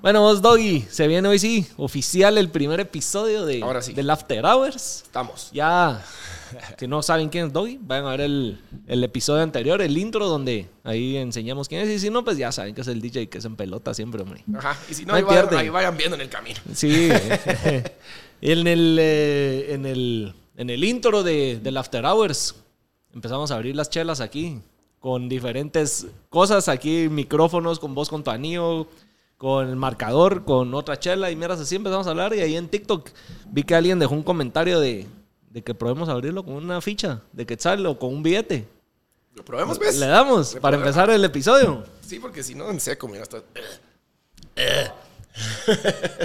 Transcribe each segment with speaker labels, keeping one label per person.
Speaker 1: Bueno, vos, Doggy, se viene hoy sí, oficial el primer episodio de,
Speaker 2: Ahora sí.
Speaker 1: del After Hours.
Speaker 2: Estamos.
Speaker 1: Ya, si no saben quién es Doggy, vayan a ver el, el episodio anterior, el intro, donde ahí enseñamos quién es. Y si no, pues ya saben que es el DJ que es en pelota siempre, hombre.
Speaker 2: Ajá. Y si no,
Speaker 1: No hay
Speaker 2: ahí, va-
Speaker 1: pierde.
Speaker 2: ahí vayan viendo en el camino.
Speaker 1: Sí. en, el, eh, en, el, en el intro de, del After Hours empezamos a abrir las chelas aquí con diferentes cosas. Aquí micrófonos con voz con tu anillo, con el marcador, con otra chela y miras así empezamos a hablar. Y ahí en TikTok vi que alguien dejó un comentario de, de que probemos abrirlo con una ficha de quetzal o con un billete.
Speaker 2: Lo probemos, pues.
Speaker 1: Le damos
Speaker 2: Le
Speaker 1: para
Speaker 2: podemos.
Speaker 1: empezar el episodio.
Speaker 2: Sí, porque si no, en seco, mira, eh, está.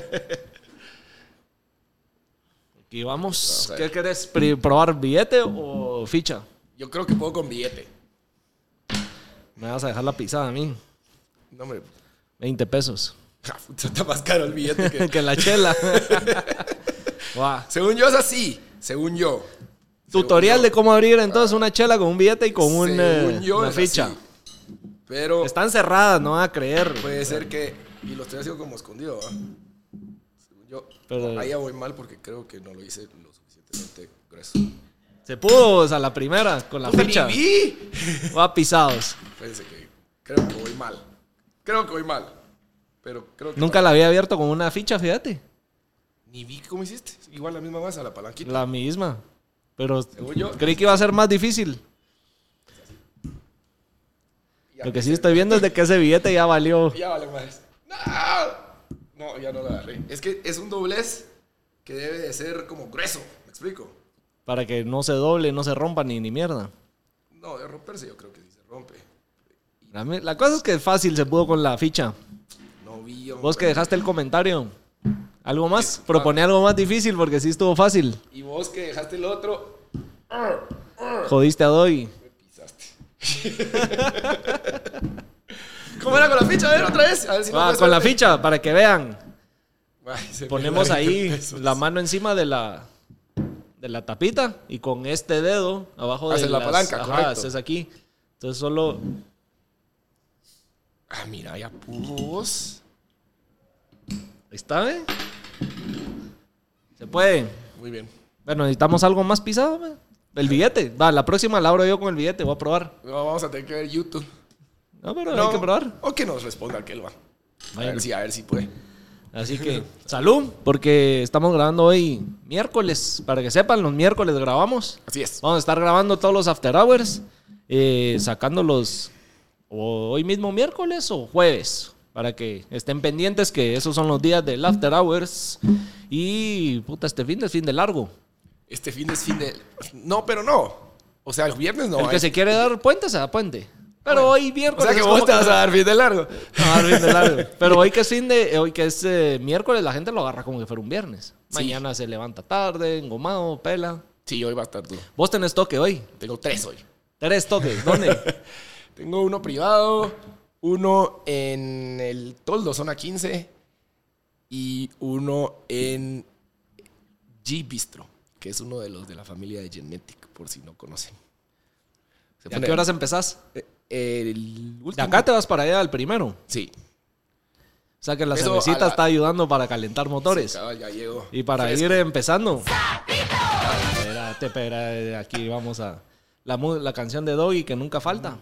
Speaker 1: Aquí vamos.
Speaker 2: Vamos a
Speaker 1: ¿Qué
Speaker 2: ver.
Speaker 1: querés? pri- ¿Probar billete o ficha?
Speaker 2: Yo creo que puedo con billete.
Speaker 1: Me vas a dejar la pisada a mí.
Speaker 2: No, hombre.
Speaker 1: 20 pesos.
Speaker 2: ja, puta, Está más caro el billete que.
Speaker 1: que la chela. Guau.
Speaker 2: Según yo es así. Según yo.
Speaker 1: Tutorial de cómo abrir entonces una chela con un billete y con un,
Speaker 2: Según
Speaker 1: eh,
Speaker 2: yo
Speaker 1: una
Speaker 2: es
Speaker 1: ficha.
Speaker 2: así. Pero
Speaker 1: Están cerradas, no van a creer.
Speaker 2: puede ser que. Y lo estoy haciendo como escondido, ¿va? Según yo.
Speaker 1: Pero-
Speaker 2: Ahí ya voy mal porque creo que no lo hice lo suficientemente grueso.
Speaker 1: Se pudo, o sea, la primera con la ficha.
Speaker 2: ¡Viví!
Speaker 1: Va pisados.
Speaker 2: Fíjense que creo que voy mal. Creo que voy mal. Pero creo que.
Speaker 1: Nunca la había abierto con una ficha, fíjate.
Speaker 2: Ni vi cómo hiciste. Igual la misma masa, la palanquita.
Speaker 1: La misma. Pero
Speaker 2: Según yo.
Speaker 1: creí que iba a ser más difícil.
Speaker 2: Ya,
Speaker 1: Lo que sí estoy viendo es de que ese billete ya valió.
Speaker 2: Ya vale más. ¡No! No, ya no la agarré. Es que es un doblez que debe de ser como grueso. ¿Me explico?
Speaker 1: Para que no se doble, no se rompa ni, ni mierda.
Speaker 2: No, de romperse yo creo que sí se rompe.
Speaker 1: La, mi- la cosa es que fácil se pudo con la ficha.
Speaker 2: No vi. hombre.
Speaker 1: Vos que dejaste el comentario. ¿Algo más? Propone algo más difícil porque sí estuvo fácil.
Speaker 2: Y vos que dejaste el otro,
Speaker 1: Jodiste a Doggy.
Speaker 2: me pisaste. ¿Cómo era con la ficha? A ver, otra vez. A ver si no
Speaker 1: Va,
Speaker 2: fue
Speaker 1: Ah, con la
Speaker 2: suerte.
Speaker 1: ficha, para que vean.
Speaker 2: Ay, se me
Speaker 1: Ponemos
Speaker 2: olvidaron
Speaker 1: ahí
Speaker 2: los pesos.
Speaker 1: la mano encima de la, de la tapita y con este dedo abajo de
Speaker 2: Haces la
Speaker 1: las-
Speaker 2: palanca,
Speaker 1: ajá,
Speaker 2: correcto.
Speaker 1: haces aquí. Entonces solo...
Speaker 2: Ah, mira, ya puros.
Speaker 1: Ahí está, ¿eh? Se puede.
Speaker 2: Muy bien.
Speaker 1: Bueno, necesitamos algo más pisado, ¿ve? El billete. Va, la próxima la abro yo con el billete. Voy a probar.
Speaker 2: No, vamos a tener que ver YouTube.
Speaker 1: No, pero hay que probar.
Speaker 2: O que nos responda aquel va. A
Speaker 1: Bueno.
Speaker 2: ver si, a ver si puede.
Speaker 1: Así que, salud, porque estamos grabando hoy miércoles. Para que sepan, los miércoles grabamos.
Speaker 2: Así es.
Speaker 1: Vamos a estar grabando todos los after hours, eh, sacándolos o hoy mismo miércoles o jueves. Para que estén pendientes, que esos son los días del after hours. Y puta, este fin es fin de largo.
Speaker 2: Este fin es fin de. No, pero no. O sea, el viernes no.
Speaker 1: El que
Speaker 2: hay.
Speaker 1: se quiere dar puente se da puente. Pero hoy
Speaker 2: O
Speaker 1: miércoles.
Speaker 2: sea que
Speaker 1: es
Speaker 2: vos
Speaker 1: como
Speaker 2: te
Speaker 1: que-
Speaker 2: vas a dar fin de largo.
Speaker 1: No, va a dar fin Ah, de largo. Pero hoy que es fin de, hoy que es eh, miércoles, la gente lo agarra como que fuera un viernes.
Speaker 2: Sí.
Speaker 1: Mañana se levanta tarde, engomado, pela.
Speaker 2: Sí, hoy va a estar duro.
Speaker 1: Vos tenés toque hoy.
Speaker 2: Tengo tres hoy.
Speaker 1: Tres toques. ¿Dónde?
Speaker 2: Tengo uno privado, uno en el Toldo, zona 15, y uno en G Bistro, que es uno de los de la familia de Genetic, por si no conocen. Se
Speaker 1: ¿A
Speaker 2: pone-
Speaker 1: qué horas empezás?
Speaker 2: Eh, El
Speaker 1: De
Speaker 2: último.
Speaker 1: acá te vas para allá al primero.
Speaker 2: Sí.
Speaker 1: O sea que la
Speaker 2: Eso
Speaker 1: cervecita
Speaker 2: a la-
Speaker 1: está ayudando para calentar motores.
Speaker 2: Sí, cabal, ya llego.
Speaker 1: y para
Speaker 2: Fresco.
Speaker 1: ir empezando. Espérate, espérate, aquí vamos a. La, mu- la canción de Doggy que nunca falta.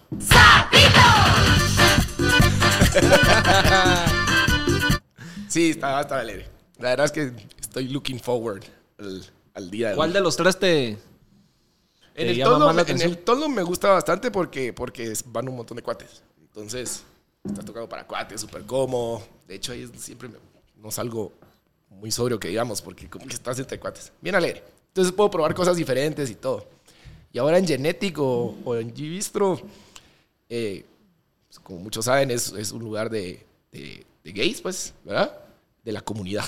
Speaker 2: Sí, está, va a estar alegre. La verdad es que estoy looking forward al, al día de hoy.
Speaker 1: ¿Cuál de los tres te,
Speaker 2: En
Speaker 1: te
Speaker 2: el,
Speaker 1: llama
Speaker 2: tono,
Speaker 1: más la
Speaker 2: me- en
Speaker 1: atención?
Speaker 2: el tono me gusta bastante porque, porque es- van un montón de cuates. Entonces, está tocado para cuates, súper cómodo. De hecho, ahí es- siempre me- no salgo muy sobrio que digamos, porque como que estás entre cuates. Bien alegre. Entonces puedo probar cosas diferentes y todo. Y ahora en Genetic o, o en G-Bistro, eh, pues, como muchos saben, es, es un lugar de, de- de gays, pues, ¿verdad? De la comunidad.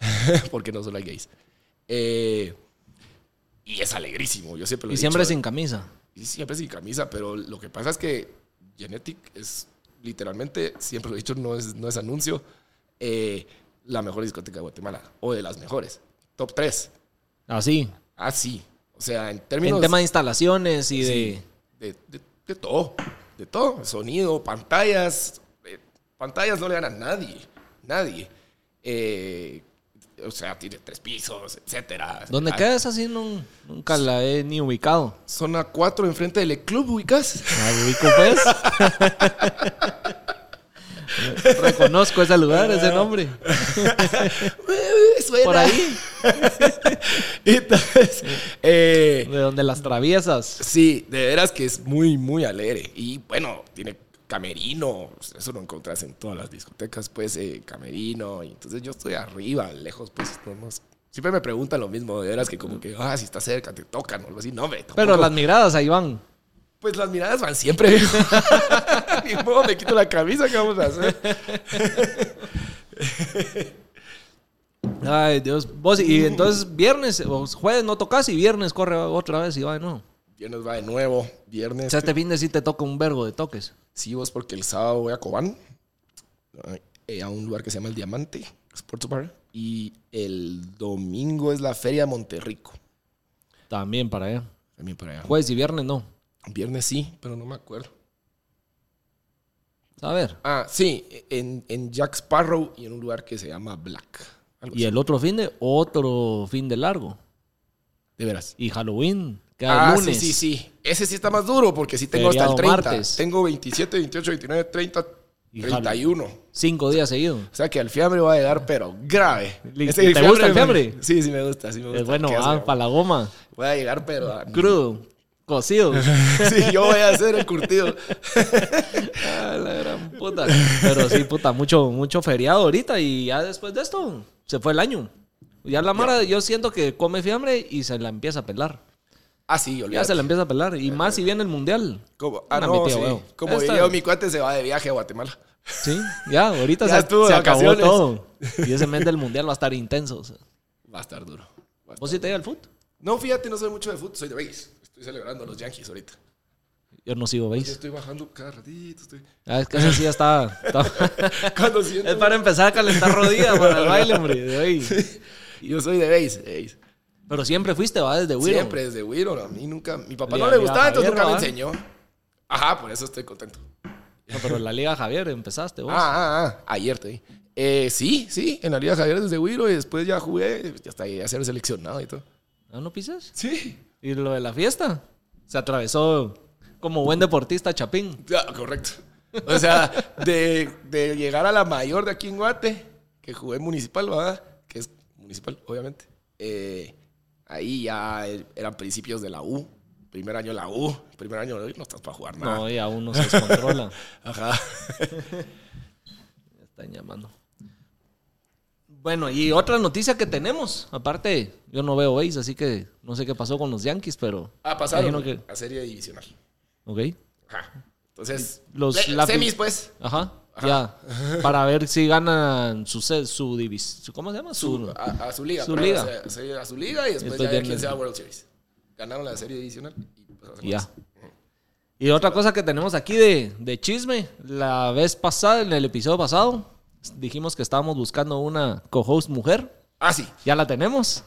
Speaker 2: porque no solo hay gays. Eh, y es alegrísimo, yo siempre lo he
Speaker 1: Y siempre
Speaker 2: dicho,
Speaker 1: sin camisa.
Speaker 2: y siempre sin camisa, pero lo que pasa es que Genetic es literalmente, siempre lo he dicho, no es, no es anuncio, eh, la mejor discoteca de Guatemala, o de las mejores, top 3.
Speaker 1: Así.
Speaker 2: Ah, sí. O sea, en términos
Speaker 1: En tema de instalaciones y
Speaker 2: sí, de, de- de todo, de todo, sonido, pantallas, eh, pantallas no le dan a nadie, nadie. Eh, o sea, tiene tres pisos, etcétera.
Speaker 1: ¿Dónde
Speaker 2: Ah,
Speaker 1: quedas así? nun- nunca la he ni ubicado.
Speaker 2: Zona 4 enfrente del club, ubicas.
Speaker 1: ¿La ubico, pues? Reconozco ese lugar, ese nombre.
Speaker 2: Suena.
Speaker 1: Por ahí,
Speaker 2: Entonces, eh,
Speaker 1: de donde las traviesas.
Speaker 2: Sí, de veras que es muy, muy alegre. Y bueno, tiene camerino. Eso lo encontrás en todas las discotecas, pues, eh, camerino. Y entonces yo estoy arriba, lejos, pues, no, no sé. Siempre me preguntan lo mismo, de veras que como que, ah, si estás cerca, te tocan o algo así. No, me
Speaker 1: Pero las miradas ahí van.
Speaker 2: Pues las miradas van siempre. viejo. Ni modo, me quito la camisa, ¿qué vamos a hacer?
Speaker 1: Ay, Dios. Vos,
Speaker 2: Mm.
Speaker 1: y entonces viernes, o jueves no tocas y viernes corre otra vez y va de nuevo.
Speaker 2: Viernes va de nuevo, viernes.
Speaker 1: O sea, este fin de sí te toca un vergo de toques.
Speaker 2: Sí, vos, porque el sábado voy a Cobán, eh, a un lugar que se llama El Diamante, Sports Bar, y el domingo es la Feria de Monterrico.
Speaker 1: También para allá.
Speaker 2: También por allá.
Speaker 1: Jueves y viernes no.
Speaker 2: Viernes sí, pero no me acuerdo.
Speaker 1: A ver.
Speaker 2: Ah, sí, en, en Jack Sparrow y en un lugar que se llama Black. Algo
Speaker 1: Y
Speaker 2: así.
Speaker 1: el otro fin de, otro fin de largo.
Speaker 2: De veras.
Speaker 1: Y Halloween, cada
Speaker 2: Ah,
Speaker 1: lunes.
Speaker 2: sí, sí, sí. Ese sí está más duro porque sí tengo hasta el
Speaker 1: Feriado
Speaker 2: 30.
Speaker 1: martes.
Speaker 2: Tengo 27, 28, 29, 30,
Speaker 1: Y
Speaker 2: 31.
Speaker 1: Cinco días seguidos.
Speaker 2: O sea que al fiambre va a llegar, pero grave.
Speaker 1: Li- ¿te gusta el fiambre?
Speaker 2: me- Sí, sí me gusta, sí me gusta.
Speaker 1: Es bueno,
Speaker 2: Qué
Speaker 1: ah,
Speaker 2: asco.
Speaker 1: para la goma.
Speaker 2: Voy a llegar, pero... a-
Speaker 1: Crudo, cocido.
Speaker 2: Sí, yo voy a hacer el curtido.
Speaker 1: Ah, la gran puta. Pero sí, puta, mucho, mucho feriado ahorita y ya después de esto se fue el año. Ya la Mara, yo siento que come fiambre y se la empieza a pelar.
Speaker 2: Ah, sí,
Speaker 1: Ya
Speaker 2: olvídate.
Speaker 1: se la empieza a pelar. Y más si viene el mundial.
Speaker 2: Como, ah,
Speaker 1: Una
Speaker 2: no,
Speaker 1: metida,
Speaker 2: sí.
Speaker 1: huevo.
Speaker 2: Como
Speaker 1: Esta-
Speaker 2: diría mi cuate, se va de viaje a Guatemala.
Speaker 1: Sí, ya, ahorita
Speaker 2: Ya
Speaker 1: se,
Speaker 2: estuvo
Speaker 1: se
Speaker 2: de
Speaker 1: acabó
Speaker 2: vacaciones.
Speaker 1: todo. Y ese mes del mundial va a estar intenso. o sea.
Speaker 2: Va a estar duro. Va a estar-
Speaker 1: ¿Vos sí te llega el fútbol?
Speaker 2: No, fíjate, no soy mucho de fútbol, soy de béis. Estoy celebrando a los Yankees ahorita.
Speaker 1: Yo no sigo,
Speaker 2: Yo
Speaker 1: ¿veis?
Speaker 2: estoy bajando cada ratito. Estoy...
Speaker 1: Ah, es que eso sí ya está. está-
Speaker 2: Cuando siento...
Speaker 1: es para empezar a calentar rodillas para el baile, hombre. de hoy.
Speaker 2: Yo soy de béis. béis.
Speaker 1: Pero siempre fuiste, va, desde Wiro.
Speaker 2: Siempre desde Wiro. A mí nunca... Mi papá
Speaker 1: Le-
Speaker 2: no
Speaker 1: le
Speaker 2: le gustaba, entonces
Speaker 1: Javier,
Speaker 2: nunca me
Speaker 1: ¿va?
Speaker 2: enseñó. Ajá, por eso estoy contento.
Speaker 1: No, pero en la Liga Javier empezaste vos.
Speaker 2: Ah, ah, ah. Ayer te vi. Eh, sí, sí, en la Liga Javier desde Wiro y después ya jugué, ya hasta llegué a ser seleccionado y todo.
Speaker 1: ¿Ah, ¿No pisas?
Speaker 2: Sí.
Speaker 1: ¿Y lo de la fiesta? Se atravesó como buen deportista Chapín.
Speaker 2: Ya, correcto. O sea, de, de llegar a la mayor de aquí en Guate, que jugué municipal, ¿verdad? Que es municipal, obviamente. Eh, ahí ya er- eran principios de la U. Primer año la U. Primer año no estás para jugar nada.
Speaker 1: No, y aún no se descontrola.
Speaker 2: Ajá.
Speaker 1: Me Están llamando. Bueno, y otra noticia que tenemos. Aparte, yo no veo Ace, así que no sé qué pasó con los Yankees, pero.
Speaker 2: Ah, pasaron
Speaker 1: Imagino que-
Speaker 2: a serie divisional.
Speaker 1: Ok.
Speaker 2: Ajá. Entonces,
Speaker 1: Los
Speaker 2: los
Speaker 1: lapi-
Speaker 2: semis, pues.
Speaker 1: Ajá. Ya. Para ver si ganan su, se- su división. ¿Cómo se llama? Su.
Speaker 2: A, a su liga.
Speaker 1: Su
Speaker 2: perdón,
Speaker 1: liga.
Speaker 2: a se- A, se- a su liga y después
Speaker 1: Después
Speaker 2: ya de
Speaker 1: viene-
Speaker 2: quien sea World Series. Ganaron la serie divisional y pues, pasaron a
Speaker 1: Ya.
Speaker 2: eso.
Speaker 1: Y otra cosa que tenemos aquí de, de chisme, la vez pasada, en el episodio pasado, dijimos que estábamos buscando una co-host mujer.
Speaker 2: Ah, sí.
Speaker 1: Ya la tenemos.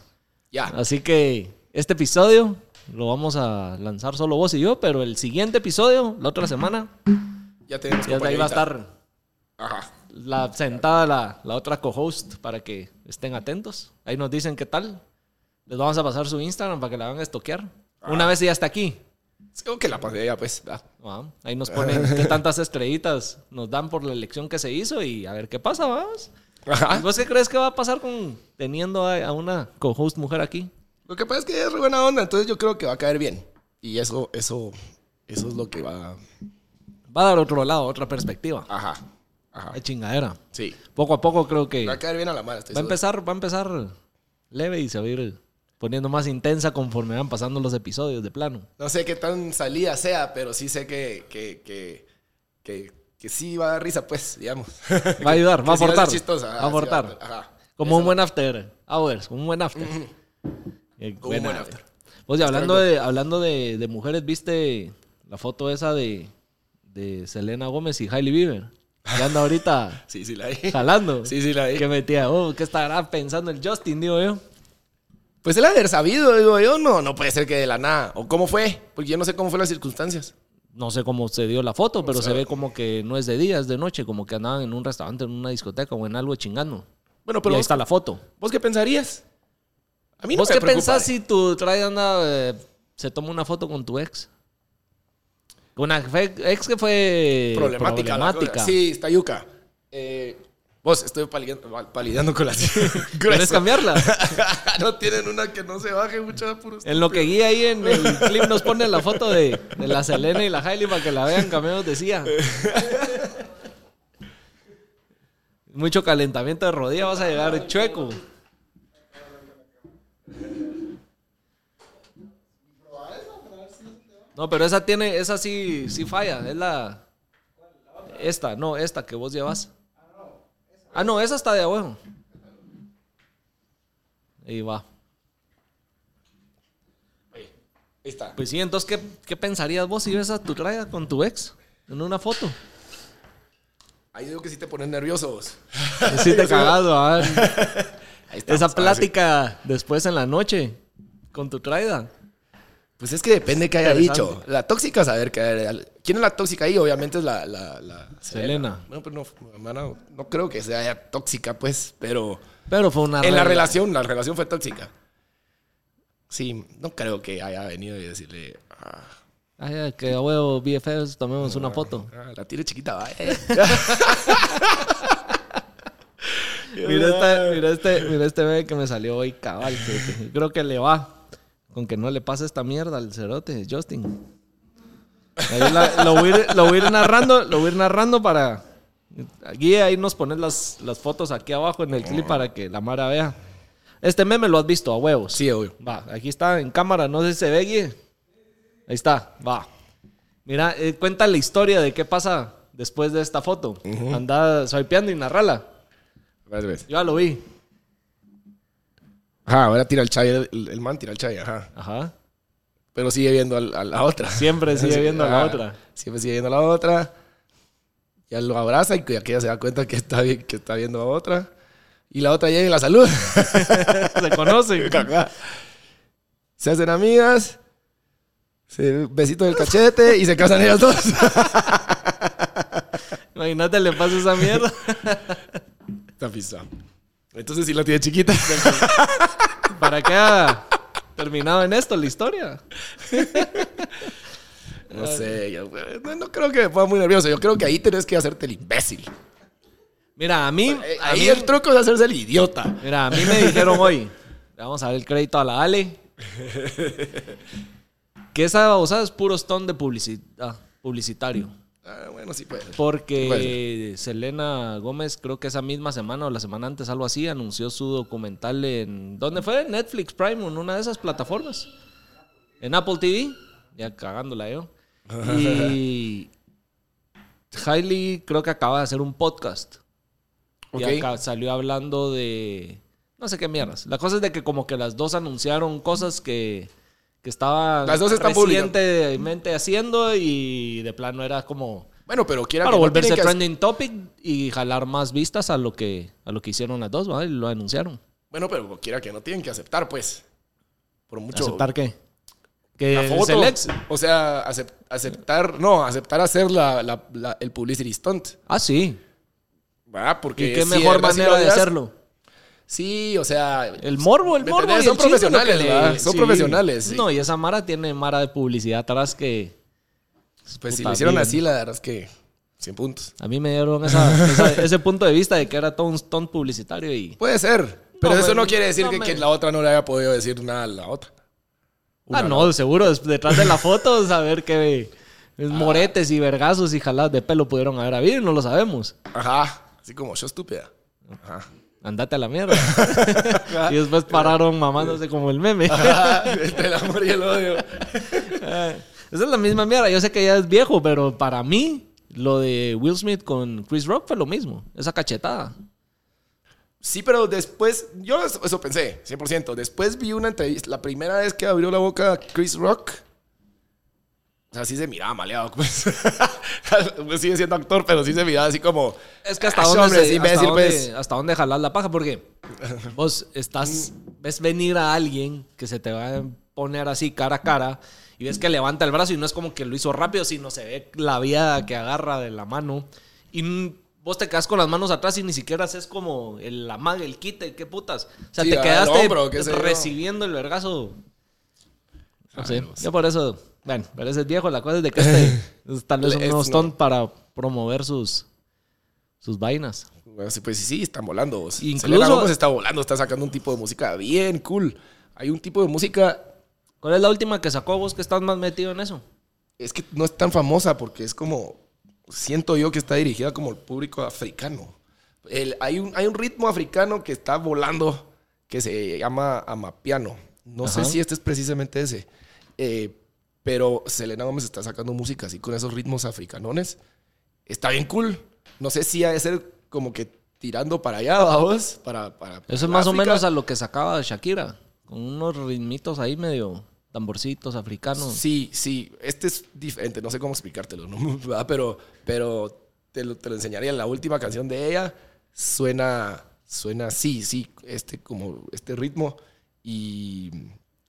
Speaker 2: Ya.
Speaker 1: Así que este episodio lo vamos a lanzar solo vos y yo, pero el siguiente episodio, la otra semana,
Speaker 2: Ya tenemos
Speaker 1: ya de ahí va a estar
Speaker 2: Ajá.
Speaker 1: la, sentada la, la otra co-host para que estén atentos. Ahí nos dicen qué tal. Les vamos a pasar su Instagram para que la van a estoquear. Una vez ella está aquí,
Speaker 2: Creo que la pasé ya, pues. va.
Speaker 1: Ah, Ahí nos ponen qué tantas estrellitas nos dan por la elección que se hizo y a ver qué pasa, vamos. ¿Y
Speaker 2: Ajá.
Speaker 1: vos qué crees que va a pasar con teniendo a, a una co-host mujer aquí?
Speaker 2: Lo que pasa es que es re buena onda, entonces yo creo que va a caer bien. Y eso, eso, eso es lo que va.
Speaker 1: Va a dar otro lado, otra perspectiva.
Speaker 2: Ajá. Ajá.
Speaker 1: Ay, chingadera.
Speaker 2: Sí.
Speaker 1: Poco a poco creo que
Speaker 2: Va a
Speaker 1: va
Speaker 2: caer bien a la mala, estoy
Speaker 1: a
Speaker 2: seguro.
Speaker 1: empezar, va a empezar leve y se va a ir poniendo más intensa conforme van pasando los episodios de plano.
Speaker 2: No sé qué tan salida sea, pero sí sé que, que, que, que, que sí va a dar risa, pues, digamos.
Speaker 1: Va a ayudar, va a
Speaker 2: Que sí
Speaker 1: aportar.
Speaker 2: ser chistosa.
Speaker 1: Va
Speaker 2: ajá,
Speaker 1: a
Speaker 2: sí
Speaker 1: aportar.
Speaker 2: Ajá.
Speaker 1: Como un buen after hours, un buen after. Eh,
Speaker 2: Como un
Speaker 1: buena.
Speaker 2: buen after.
Speaker 1: Pues y hablando de, hablando de, de mujeres, ¿viste la foto esa de, de Selena Gómez y Hailey Bieber? Que anda ahorita
Speaker 2: Sí, sí, la vi.
Speaker 1: jalando.
Speaker 2: Sí, sí, la vi.
Speaker 1: Que metía, oh, ¿qué estará pensando el Justin, digo yo?
Speaker 2: Pues él haber sabido, digo yo, no, no puede ser que de la nada. ¿O cómo fue? Porque yo no sé cómo fueron las circunstancias.
Speaker 1: No sé cómo se dio la foto, pero
Speaker 2: sea-
Speaker 1: se ve como que no es de día, es de noche, como que andaban en un restaurante, en una discoteca o en algo chingando. Pero
Speaker 2: Bueno, pero
Speaker 1: ahí
Speaker 2: vos,
Speaker 1: está la foto.
Speaker 2: ¿vos qué pensarías? A mí no
Speaker 1: ¿Vos
Speaker 2: me
Speaker 1: qué
Speaker 2: preocupa,
Speaker 1: pensás
Speaker 2: eh.
Speaker 1: si tu trae anda eh, se toma una foto con tu ex? Con Una fe- ex que fue
Speaker 2: problemática. la
Speaker 1: problemática.
Speaker 2: cosa. Sí, está yuca. Eh, vos, estoy palidando, palidando con las...
Speaker 1: ¿Quieres cambiarla?
Speaker 2: no tienen una que no se baje, mucha puro
Speaker 1: En lo que guía ahí en el clip nos pone la foto de, de la Selena y la Hailey para que la vean, cameos decía. Mucho calentamiento de rodilla, vas a llegar chueco. No, pero esa tiene, esa sí, sí falla, es la... Esta, no, esta que vos llevas. Ah, no, esa está de abajo. Ahí va.
Speaker 2: Ahí está.
Speaker 1: Pues sí, entonces, ¿qué, qué pensarías vos si ves a tu traga con tu ex en una foto?
Speaker 2: Ahí digo que sí te pones nervioso vos.
Speaker 1: Sí, te cagado, ah.
Speaker 2: Ahí está,
Speaker 1: Esa
Speaker 2: está,
Speaker 1: plática después en la noche con tu traida.
Speaker 2: sí. Pues es que depende que haya
Speaker 1: Interesante.
Speaker 2: dicho. La tóxica, saber que... ¿Quién es la tóxica ahí? Obviamente es la... la, la
Speaker 1: Selena.
Speaker 2: Bueno, pero no, hermano, no creo que sea ella tóxica, pues, pero...
Speaker 1: Pero fue una.
Speaker 2: en la
Speaker 1: rela-
Speaker 2: relación, la relación fue tóxica. Sí, no creo que haya venido y decirle... "Ah,
Speaker 1: Ay, ay, que a huevo, BFFs, tomemos una foto.
Speaker 2: ah, la tire chiquita, va. eh".
Speaker 1: Mira, esta- mira este, mira este bebé que me salió hoy, cabal. que- que creo que le va. Con que no le pase esta mierda al cerote, Justin. Ahí la- lo, voy a ir, lo voy a ir narrando, lo voy a ir narrando para. Aquí ahí nos pones las, las fotos aquí abajo en el clip para que la Mara vea. Este meme lo has visto a huevos.
Speaker 2: Sí, obvio.
Speaker 1: Va, aquí está en cámara, no sé si se ve, Guille. Ahí está, va. Mira, eh, cuenta la historia de qué pasa después de esta foto. Anda swipeando y narrala.
Speaker 2: Varias veces.
Speaker 1: Yo ya lo vi.
Speaker 2: Ajá, ahora tira el chay, el, el man tira el chay, ajá.
Speaker 1: Ajá.
Speaker 2: Pero sigue viendo al- a la otra.
Speaker 1: Siempre sigue
Speaker 2: Sí, Ah.
Speaker 1: viendo a la
Speaker 2: ajá.
Speaker 1: otra.
Speaker 2: Siempre sigue viendo a la otra. Ya lo abraza y que aquella se da cuenta que está, vi- que está viendo a otra. Y la otra llega y la saluda.
Speaker 1: Se conocen.
Speaker 2: Ajá. se hacen amigas. Se besito del cachete y se casan ellas dos.
Speaker 1: Imagínate, le pasa esa mierda.
Speaker 2: Está pisado. Entonces sí la tiene chiquita.
Speaker 1: ¿Para qué ha terminado en esto la historia?
Speaker 2: No sé, yo- no, no creo que me ponga muy nervioso. Yo creo que ahí tenés que hacerte el imbécil.
Speaker 1: Mira, a mí.
Speaker 2: Eh,
Speaker 1: a
Speaker 2: Ahí
Speaker 1: mí-
Speaker 2: el truco es hacerse el idiota.
Speaker 1: Mira, a mí me dijeron hoy, le vamos a dar el crédito a la Ale, que esa babosada es puro stone de publicidad, publicitario.
Speaker 2: Ah, bueno, sí puede. ser.
Speaker 1: Porque Selena Gómez, creo que esa misma semana o la semana antes, algo así, anunció su documental en. ¿Dónde fue? Netflix Prime, en una de esas plataformas. En Apple TV. Ya cagándola yo. Y. Hailey, creo que acaba de hacer un podcast.
Speaker 2: Ok.
Speaker 1: Y acá salió hablando de. No sé qué mierdas. La cosa es de que, como que las dos anunciaron cosas que. Que estaban
Speaker 2: Las dos están publicando.
Speaker 1: recientemente haciendo y de plano era como
Speaker 2: Bueno, pero quiera
Speaker 1: para
Speaker 2: que no, tiene
Speaker 1: volverse
Speaker 2: que-
Speaker 1: trending topic y jalar más vistas a lo que a lo que hicieron las dos, ¿vale? Y lo anunciaron.
Speaker 2: Bueno, pero quiera que no tienen que aceptar, pues. Por mucho.
Speaker 1: ¿Aceptar qué?
Speaker 2: la
Speaker 1: Que es
Speaker 2: foto.
Speaker 1: el ex.
Speaker 2: O sea, acep- aceptar, no, aceptar hacer la, la- la- el publicity stunt.
Speaker 1: Ah, sí.
Speaker 2: ¿verdad? Porque
Speaker 1: ¿Y qué
Speaker 2: si
Speaker 1: mejor
Speaker 2: verdad sí lo
Speaker 1: manera de
Speaker 2: harías-
Speaker 1: hacerlo? Eh,
Speaker 2: Sí, o sea,
Speaker 1: El morbo, el
Speaker 2: ¿me
Speaker 1: morbo.
Speaker 2: entendés?
Speaker 1: y
Speaker 2: Son
Speaker 1: el chisme,
Speaker 2: profesionales,
Speaker 1: lo que le-
Speaker 2: ¿verdad? Son profesionales, sí.
Speaker 1: No, y esa Mara tiene Mara de publicidad atrás que
Speaker 2: pues si
Speaker 1: puta,
Speaker 2: lo hicieron
Speaker 1: bien.
Speaker 2: así, la verdad es que 100 puntos.
Speaker 1: a mí me dieron esa- esa- ese punto de vista de que era todo un stunt publicitario y...
Speaker 2: Puede ser, pero eso
Speaker 1: bueno,
Speaker 2: no quiere decir
Speaker 1: no
Speaker 2: que,
Speaker 1: me-
Speaker 2: que la otra no le haya podido decir nada a la otra. Una
Speaker 1: Ah, no, seguro, des- detrás de la foto, saber que
Speaker 2: Ah.
Speaker 1: moretes y vergazos y jaladas de pelo pudieron haber habido, no lo sabemos.
Speaker 2: Ajá, así como yo estúpida. Ajá.
Speaker 1: andate a la mierda. y después pararon mamándose como el meme.
Speaker 2: Entre el amor y el odio.
Speaker 1: Esa es la misma mierda. Yo sé que ya es viejo, pero para mí, lo de Will Smith con Chris Rock fue lo mismo. Esa cachetada.
Speaker 2: Sí, pero después, yo eso, eso pensé, 100%. Después vi una entrevista, la primera vez que abrió la boca Chris Rock. O sea, sí se miraba maleado. Pues. Pues sigue siendo actor, pero sí se miraba así como...
Speaker 1: Es que hasta
Speaker 2: "Ah,
Speaker 1: dónde,
Speaker 2: hombre,
Speaker 1: se-
Speaker 2: es
Speaker 1: hasta,
Speaker 2: imbécil,
Speaker 1: dónde-
Speaker 2: pues".
Speaker 1: hasta dónde jalar la paja, porque vos estás, ves venir a alguien que se te va a poner así cara a cara y ves que levanta el brazo y no es como que lo hizo rápido, sino se ve la viada que agarra de la mano y n- vos te quedas con las manos atrás y ni siquiera haces como el amague, el quite, qué putas. O sea,
Speaker 2: Sí,
Speaker 1: te
Speaker 2: agarra el
Speaker 1: quedaste
Speaker 2: hombro, qué sé yo.
Speaker 1: recibiendo el vergazo. No sé,
Speaker 2: Ah, no sé.
Speaker 1: yo por eso, bueno, pero ese es viejo, la cosa es de que este es tal vez
Speaker 2: Es
Speaker 1: un
Speaker 2: no.
Speaker 1: stone para promover sus, sus vainas.
Speaker 2: Bueno, sí, pues sí, sí, están volando. vos.
Speaker 1: Incluso-
Speaker 2: Selena Gómez pues, está volando, está sacando un tipo de música bien cool. Hay un tipo de música,
Speaker 1: ¿Cuál es la última que sacó vos que estás más metido en eso?
Speaker 2: es que no es tan famosa porque es como, siento yo que está dirigida como el público africano. El- hay, un, hay un ritmo africano que está volando que se llama amapiano. No
Speaker 1: Ajá.
Speaker 2: sé si este es precisamente ese. Eh, pero Selena Gómez está sacando música así con esos ritmos africanones. Está bien cool. No sé si ha de ser como que tirando para allá, vamos. Para, para,
Speaker 1: Eso es
Speaker 2: para
Speaker 1: más o
Speaker 2: África.
Speaker 1: menos a lo que sacaba Shakira, con unos ritmitos ahí medio tamborcitos africanos.
Speaker 2: Sí, sí, este es diferente, no sé cómo explicártelo, ¿no? ¿Verdad? pero, pero te, lo, te lo enseñaría. La última canción de ella suena, suena así, sí, este, como este ritmo. Y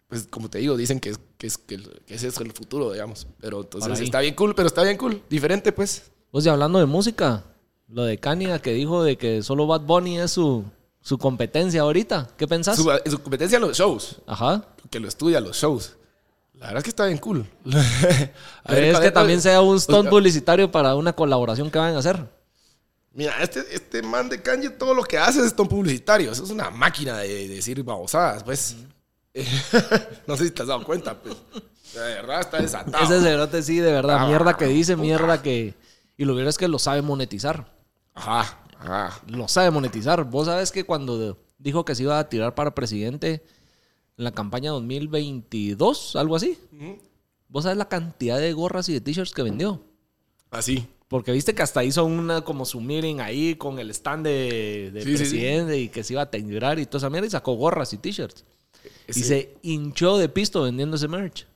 Speaker 2: pues como te digo, dicen que, es- que, es- que el- que ese es el futuro, digamos. Pero
Speaker 1: Para
Speaker 2: entonces
Speaker 1: ahí.
Speaker 2: está bien cool, pero está bien cool, diferente pues.
Speaker 1: Pues y hablando de música, lo de Kanye que dijo de que solo Bad Bunny es su, su competencia ahorita. ¿Qué pensás?
Speaker 2: Su, su competencia en los shows,
Speaker 1: Ajá.
Speaker 2: que lo estudia los shows. La verdad es que está bien cool. A ver,
Speaker 1: ¿Crees
Speaker 2: ¿cuál
Speaker 1: que
Speaker 2: es?
Speaker 1: también sea un stunt
Speaker 2: Oiga.
Speaker 1: publicitario para una colaboración que van a hacer?
Speaker 2: Mira, este, este man de Kanye, todo lo que hace es ton publicitario. Eso es una máquina de, decir babosadas, pues. no sé si te has dado cuenta, pues. De verdad está desatado.
Speaker 1: Ese cerote sí, de verdad,
Speaker 2: Ah,
Speaker 1: mierda que dice, mierda que... Y lo peor es que lo sabe monetizar.
Speaker 2: Ajá, ajá.
Speaker 1: lo sabe monetizar. Vos sabes que cuando de- dijo que se iba a tirar para presidente en la campaña 2022, algo así, vos sabes la cantidad de gorras y de t-shirts que vendió.
Speaker 2: Así.
Speaker 1: Porque viste que hasta hizo una como su meeting ahí con el stand de, de
Speaker 2: Sí, sí, sí.
Speaker 1: presidente y que se iba a tirar y toda esa mierda y sacó gorras y t-shirts. Y
Speaker 2: Sí.
Speaker 1: se hinchó de pisto vendiendo ese merch.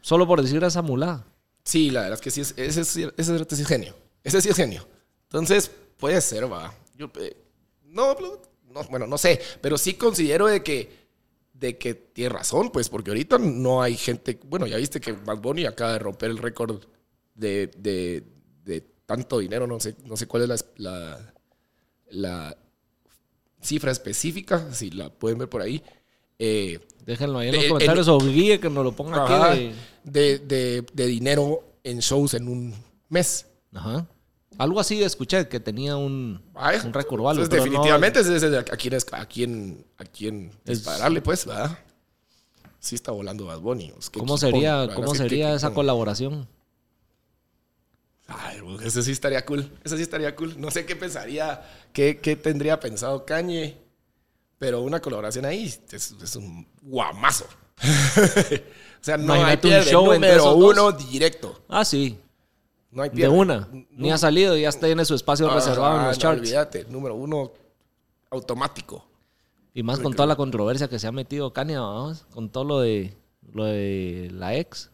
Speaker 1: Solo por decir a esa mulá.
Speaker 2: Sí, la verdad es que sí, es, ese, sí- ese cerote sí es genio. Ese sí es genio. Entonces, puede ser, va. Yo, eh, no, no, no, bueno, no sé, pero sí considero de que, de que tiene razón, pues, porque ahorita no hay gente. Bueno, ya viste que Bad Bunny acaba de romper el récord de, de- de tanto dinero, no sé, no sé cuál es la, la, la cifra específica, si la pueden ver por ahí. Eh,
Speaker 1: Déjenlo ahí en los
Speaker 2: Eh, eh,
Speaker 1: comentarios o guíe que nos lo ponga
Speaker 2: ajá,
Speaker 1: aquí. de-
Speaker 2: de, de- de dinero en shows en un mes.
Speaker 1: Ajá. Algo así escuché que tenía un,
Speaker 2: Vaya.
Speaker 1: un récord o algo,
Speaker 2: Entonces,
Speaker 1: pero no-
Speaker 2: Ah,
Speaker 1: eh.
Speaker 2: definitivamente es ese de a quién, es- a quién, a quién dispararle, pues, ¿verdad? Sí está volando Bad Bunny. Es que
Speaker 1: ¿Cómo
Speaker 2: equipo, la
Speaker 1: sería,
Speaker 2: verdad
Speaker 1: cómo
Speaker 2: es que
Speaker 1: sería
Speaker 2: qué
Speaker 1: esa
Speaker 2: equipo.
Speaker 1: colaboración?
Speaker 2: Ay, güey, ese sí estaría cool. Ese sí estaría cool. No sé qué pensaría, qué, qué tendría pensado Kanye. Pero una colaboración ahí es, es un guamazo. o sea, no hay
Speaker 1: Imagínate un
Speaker 2: pierde.
Speaker 1: show entre
Speaker 2: número
Speaker 1: esos
Speaker 2: uno directo.
Speaker 1: Ah, sí,
Speaker 2: No hay
Speaker 1: de
Speaker 2: pierde.
Speaker 1: una. Ni ha salido y ya está en su espacio
Speaker 2: Ajá,
Speaker 1: reservado en los
Speaker 2: Ah, no,
Speaker 1: charts.
Speaker 2: olvídate. Número uno automático.
Speaker 1: Y más con toda la controversia que se ha metido Kanye, vamos, con todo lo de lo de la ex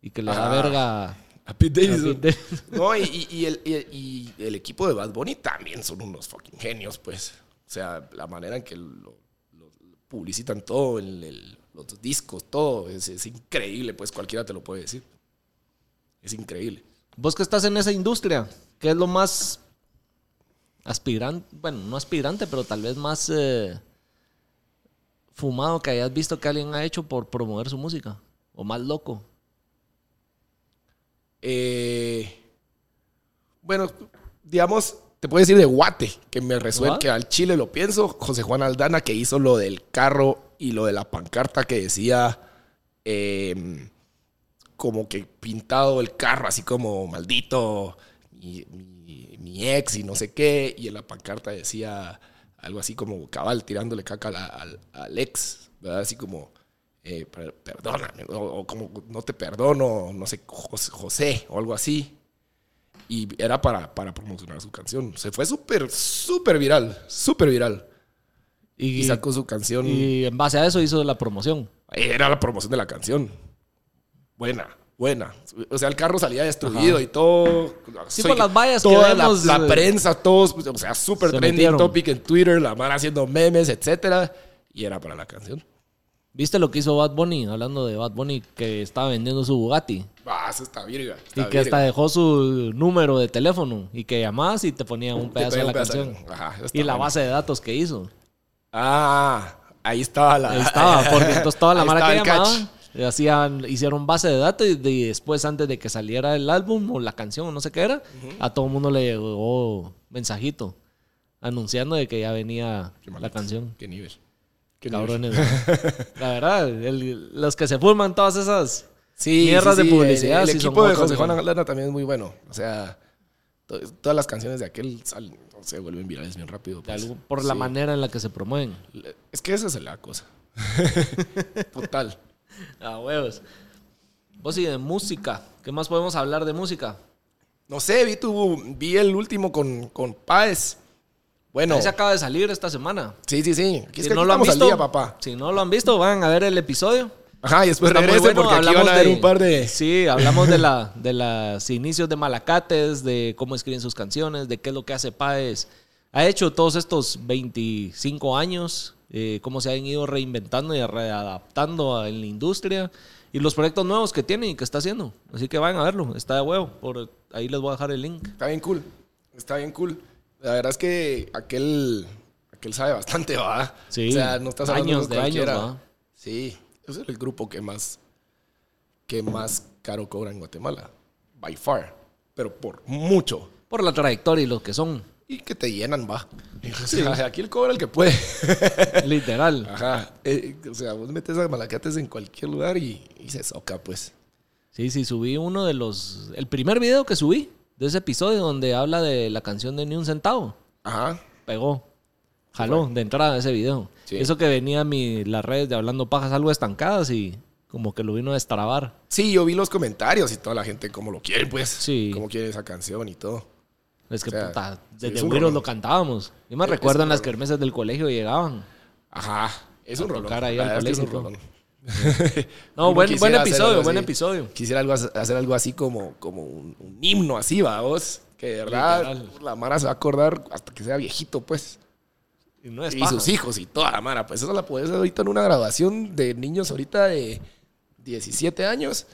Speaker 1: y que le da
Speaker 2: Ah.
Speaker 1: verga.
Speaker 2: A Pete Davidson.
Speaker 1: A Pete Davidson.
Speaker 2: No, y, y- y el, y- y el equipo de Bad Bunny también son unos fucking genios, pues. O sea, la manera en que lo, lo publicitan todo, el- el- los discos, todo, es, es increíble, pues cualquiera te lo puede decir. Es increíble.
Speaker 1: Vos que estás en esa industria, ¿qué es lo más aspirante? Bueno, no aspirante, pero tal vez más eh, fumado que hayas visto que alguien ha hecho por promover su música. O más loco.
Speaker 2: Eh, bueno, digamos, te puedo decir de Guate, que me resuelve,
Speaker 1: Guate.
Speaker 2: que al Chile lo pienso, José Juan Aldana, que hizo lo del carro y lo de la pancarta que decía eh, como que pintado el carro, así como maldito, mi, mi- mi ex y no sé qué, y en la pancarta decía algo así como cabal tirándole caca a la- al, al ex, ¿verdad? Así como... eh, per- perdóname, o, o como no te perdono, no sé, Jos- José, o algo así y era para, para promocionar su canción. Se fue súper, súper viral, súper viral. Y sacó su canción.
Speaker 1: Y en base a eso hizo la promoción.
Speaker 2: Era la promoción de la canción. Buena, buena. O sea, el carro salía destruido y todo.
Speaker 1: Sí,
Speaker 2: Soy-
Speaker 1: por las vallas que
Speaker 2: toda la-
Speaker 1: vemos,
Speaker 2: La,
Speaker 1: eh,
Speaker 2: prensa, todos, pues, o sea, súper
Speaker 1: se
Speaker 2: trending
Speaker 1: metieron.
Speaker 2: topic en Twitter, la mara haciendo memes, etcétera. Y era para la canción.
Speaker 1: ¿Viste lo que hizo Bad Bunny? Hablando de Bad Bunny, que estaba vendiendo su Bugatti.
Speaker 2: Ah, eso está virga.
Speaker 1: Y que hasta dejó su número de teléfono y que llamabas y te ponía un pedazo de la canción. Y la base de datos que hizo.
Speaker 2: Ah, ahí estaba la.
Speaker 1: Ahí estaba, porque entonces toda la
Speaker 2: Ahí
Speaker 1: mara que
Speaker 2: estaba el
Speaker 1: llamaba le hacían, hicieron base de datos y de- y después, antes de que saliera el álbum o la canción o no sé qué era, a todo el mundo le llegó mensajito anunciando de que ya venía
Speaker 2: Qué
Speaker 1: la
Speaker 2: maletas.
Speaker 1: canción.
Speaker 2: Qué nivel. Qué nivel.
Speaker 1: Cabrones. la verdad, el- los que se forman todas esas
Speaker 2: Sí,
Speaker 1: Mierdas de publicidad,
Speaker 2: El,
Speaker 1: sí
Speaker 2: el
Speaker 1: son
Speaker 2: equipo de
Speaker 1: otros,
Speaker 2: José Juan
Speaker 1: güey.
Speaker 2: Lana también es muy bueno. O sea, to- todas las canciones de aquel salen, o sea, vuelven virales bien rápido.
Speaker 1: de
Speaker 2: pues.
Speaker 1: algo- por la
Speaker 2: Sí.
Speaker 1: manera en la que se promueven.
Speaker 2: Le- Es que esa es la cosa. Total.
Speaker 1: Ah, huevos. Vos y de música. ¿Qué más podemos hablar de música?
Speaker 2: No sé, vi, tu, vi el último con, con Páez. Bueno,
Speaker 1: Ese acaba de salir esta semana.
Speaker 2: sí, sí, sí. Aquí es
Speaker 1: Si
Speaker 2: que
Speaker 1: no
Speaker 2: aquí
Speaker 1: lo han
Speaker 2: estamos al
Speaker 1: visto,
Speaker 2: día, papá.
Speaker 1: si no lo han visto, van a ver el episodio.
Speaker 2: Ajá, y después
Speaker 1: Está muy
Speaker 2: regresen
Speaker 1: bueno,
Speaker 2: Pues porque aquí
Speaker 1: hablamos
Speaker 2: van a haber un par de...
Speaker 1: Sí, hablamos de, la, de los inicios de Malacates, de cómo escriben sus canciones, de qué es lo que hace Páez. Ha hecho todos estos 25 años, eh, cómo se han ido reinventando y readaptando a- en la industria y los proyectos nuevos que tiene y que está haciendo. Así que vayan a verlo, está de huevo. Por, ahí les voy a dejar el link.
Speaker 2: Está bien cool. Está bien cool. La verdad es que aquel, aquel sabe bastante, ¿va?
Speaker 1: Sí.
Speaker 2: O sea, no estás hablando
Speaker 1: Años
Speaker 2: con
Speaker 1: de años,
Speaker 2: cualquiera.
Speaker 1: ¿va?
Speaker 2: Sí. Ese es el grupo que más, que más caro cobra en Guatemala. By far. Pero por mucho.
Speaker 1: Por la trayectoria y lo que son,
Speaker 2: Y que te llenan, va. O sea, aquí el cobra el que puede.
Speaker 1: literal.
Speaker 2: Ajá. Eh, o sea, vos metes a Malacates en cualquier lugar y, y se soca, pues.
Speaker 1: Sí, sí, subí uno de los... El primer video que subí de ese episodio donde habla de la canción de Ni Un Centavo.
Speaker 2: Ajá.
Speaker 1: pegó. Jaló de entrada ese video.
Speaker 2: Sí.
Speaker 1: Eso que venía a mi, las redes de Hablando Pajas algo estancadas y como que lo vino a destrabar.
Speaker 2: Sí, yo vi los comentarios y toda la gente como lo quiere, pues.
Speaker 1: Sí.
Speaker 2: Cómo quiere esa canción y todo.
Speaker 1: Es que
Speaker 2: O sea,
Speaker 1: puta,
Speaker 2: sí,
Speaker 1: desde
Speaker 2: es un
Speaker 1: güiros
Speaker 2: rolón.
Speaker 1: lo cantábamos. Yo me
Speaker 2: Es-
Speaker 1: recuerdo
Speaker 2: es
Speaker 1: en
Speaker 2: un
Speaker 1: las
Speaker 2: rolón.
Speaker 1: kermeses del colegio llegaban.
Speaker 2: Ajá. Es un rolón.
Speaker 1: tocar ahí
Speaker 2: La
Speaker 1: al
Speaker 2: verdad es que es un
Speaker 1: colegio,
Speaker 2: rolón.
Speaker 1: No,
Speaker 2: Uno
Speaker 1: buen,
Speaker 2: quisiera
Speaker 1: buen
Speaker 2: hacer
Speaker 1: episodio,
Speaker 2: algo
Speaker 1: buen
Speaker 2: así.
Speaker 1: episodio.
Speaker 2: Quisiera algo, hacer algo así como, como un, un himno así, va vos. Que de verdad
Speaker 1: Literal.
Speaker 2: la Mara se va a acordar hasta que sea viejito, pues.
Speaker 1: Y no es
Speaker 2: y
Speaker 1: paja.
Speaker 2: sus hijos y toda la Mara. Pues eso la puedes hacer ahorita en una graduación de niños ahorita de 17 años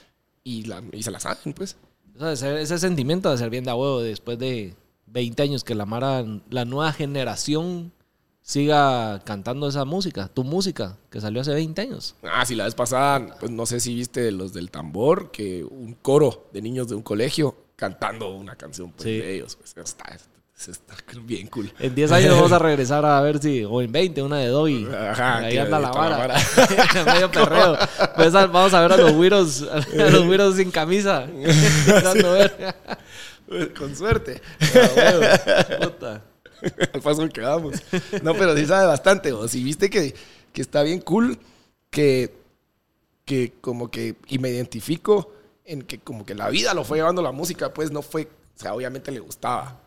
Speaker 2: y, la, y se la saben, pues.
Speaker 1: Eso de ser- ese sentimiento de ser bien de a huevo después de 20 años que la mara, la nueva generación siga cantando esa música, tu música, que salió hace 20 años.
Speaker 2: Ah, sí, la vez pasada, pues no sé si viste los del tambor, que un coro de niños de un colegio cantando una canción pues,
Speaker 1: Sí.
Speaker 2: de ellos. Pues, está, está bien cool.
Speaker 1: En 10 años vamos a regresar a ver si, o en 20, una de Dobby.
Speaker 2: Ajá,
Speaker 1: Ahí
Speaker 2: que
Speaker 1: anda la
Speaker 2: está la
Speaker 1: vara. Medio perreo. Pues al- vamos a ver a los güiros, a los güiros sin camisa. Dando verga.
Speaker 2: Con suerte.
Speaker 1: Ah, huevo. Puta.
Speaker 2: Al paso que vamos. No, pero sí sabe bastante. O si viste que, que está bien cool, que, que como que, y me identifico en que como que la vida lo fue llevando la música, pues no fue, o sea, obviamente le gustaba,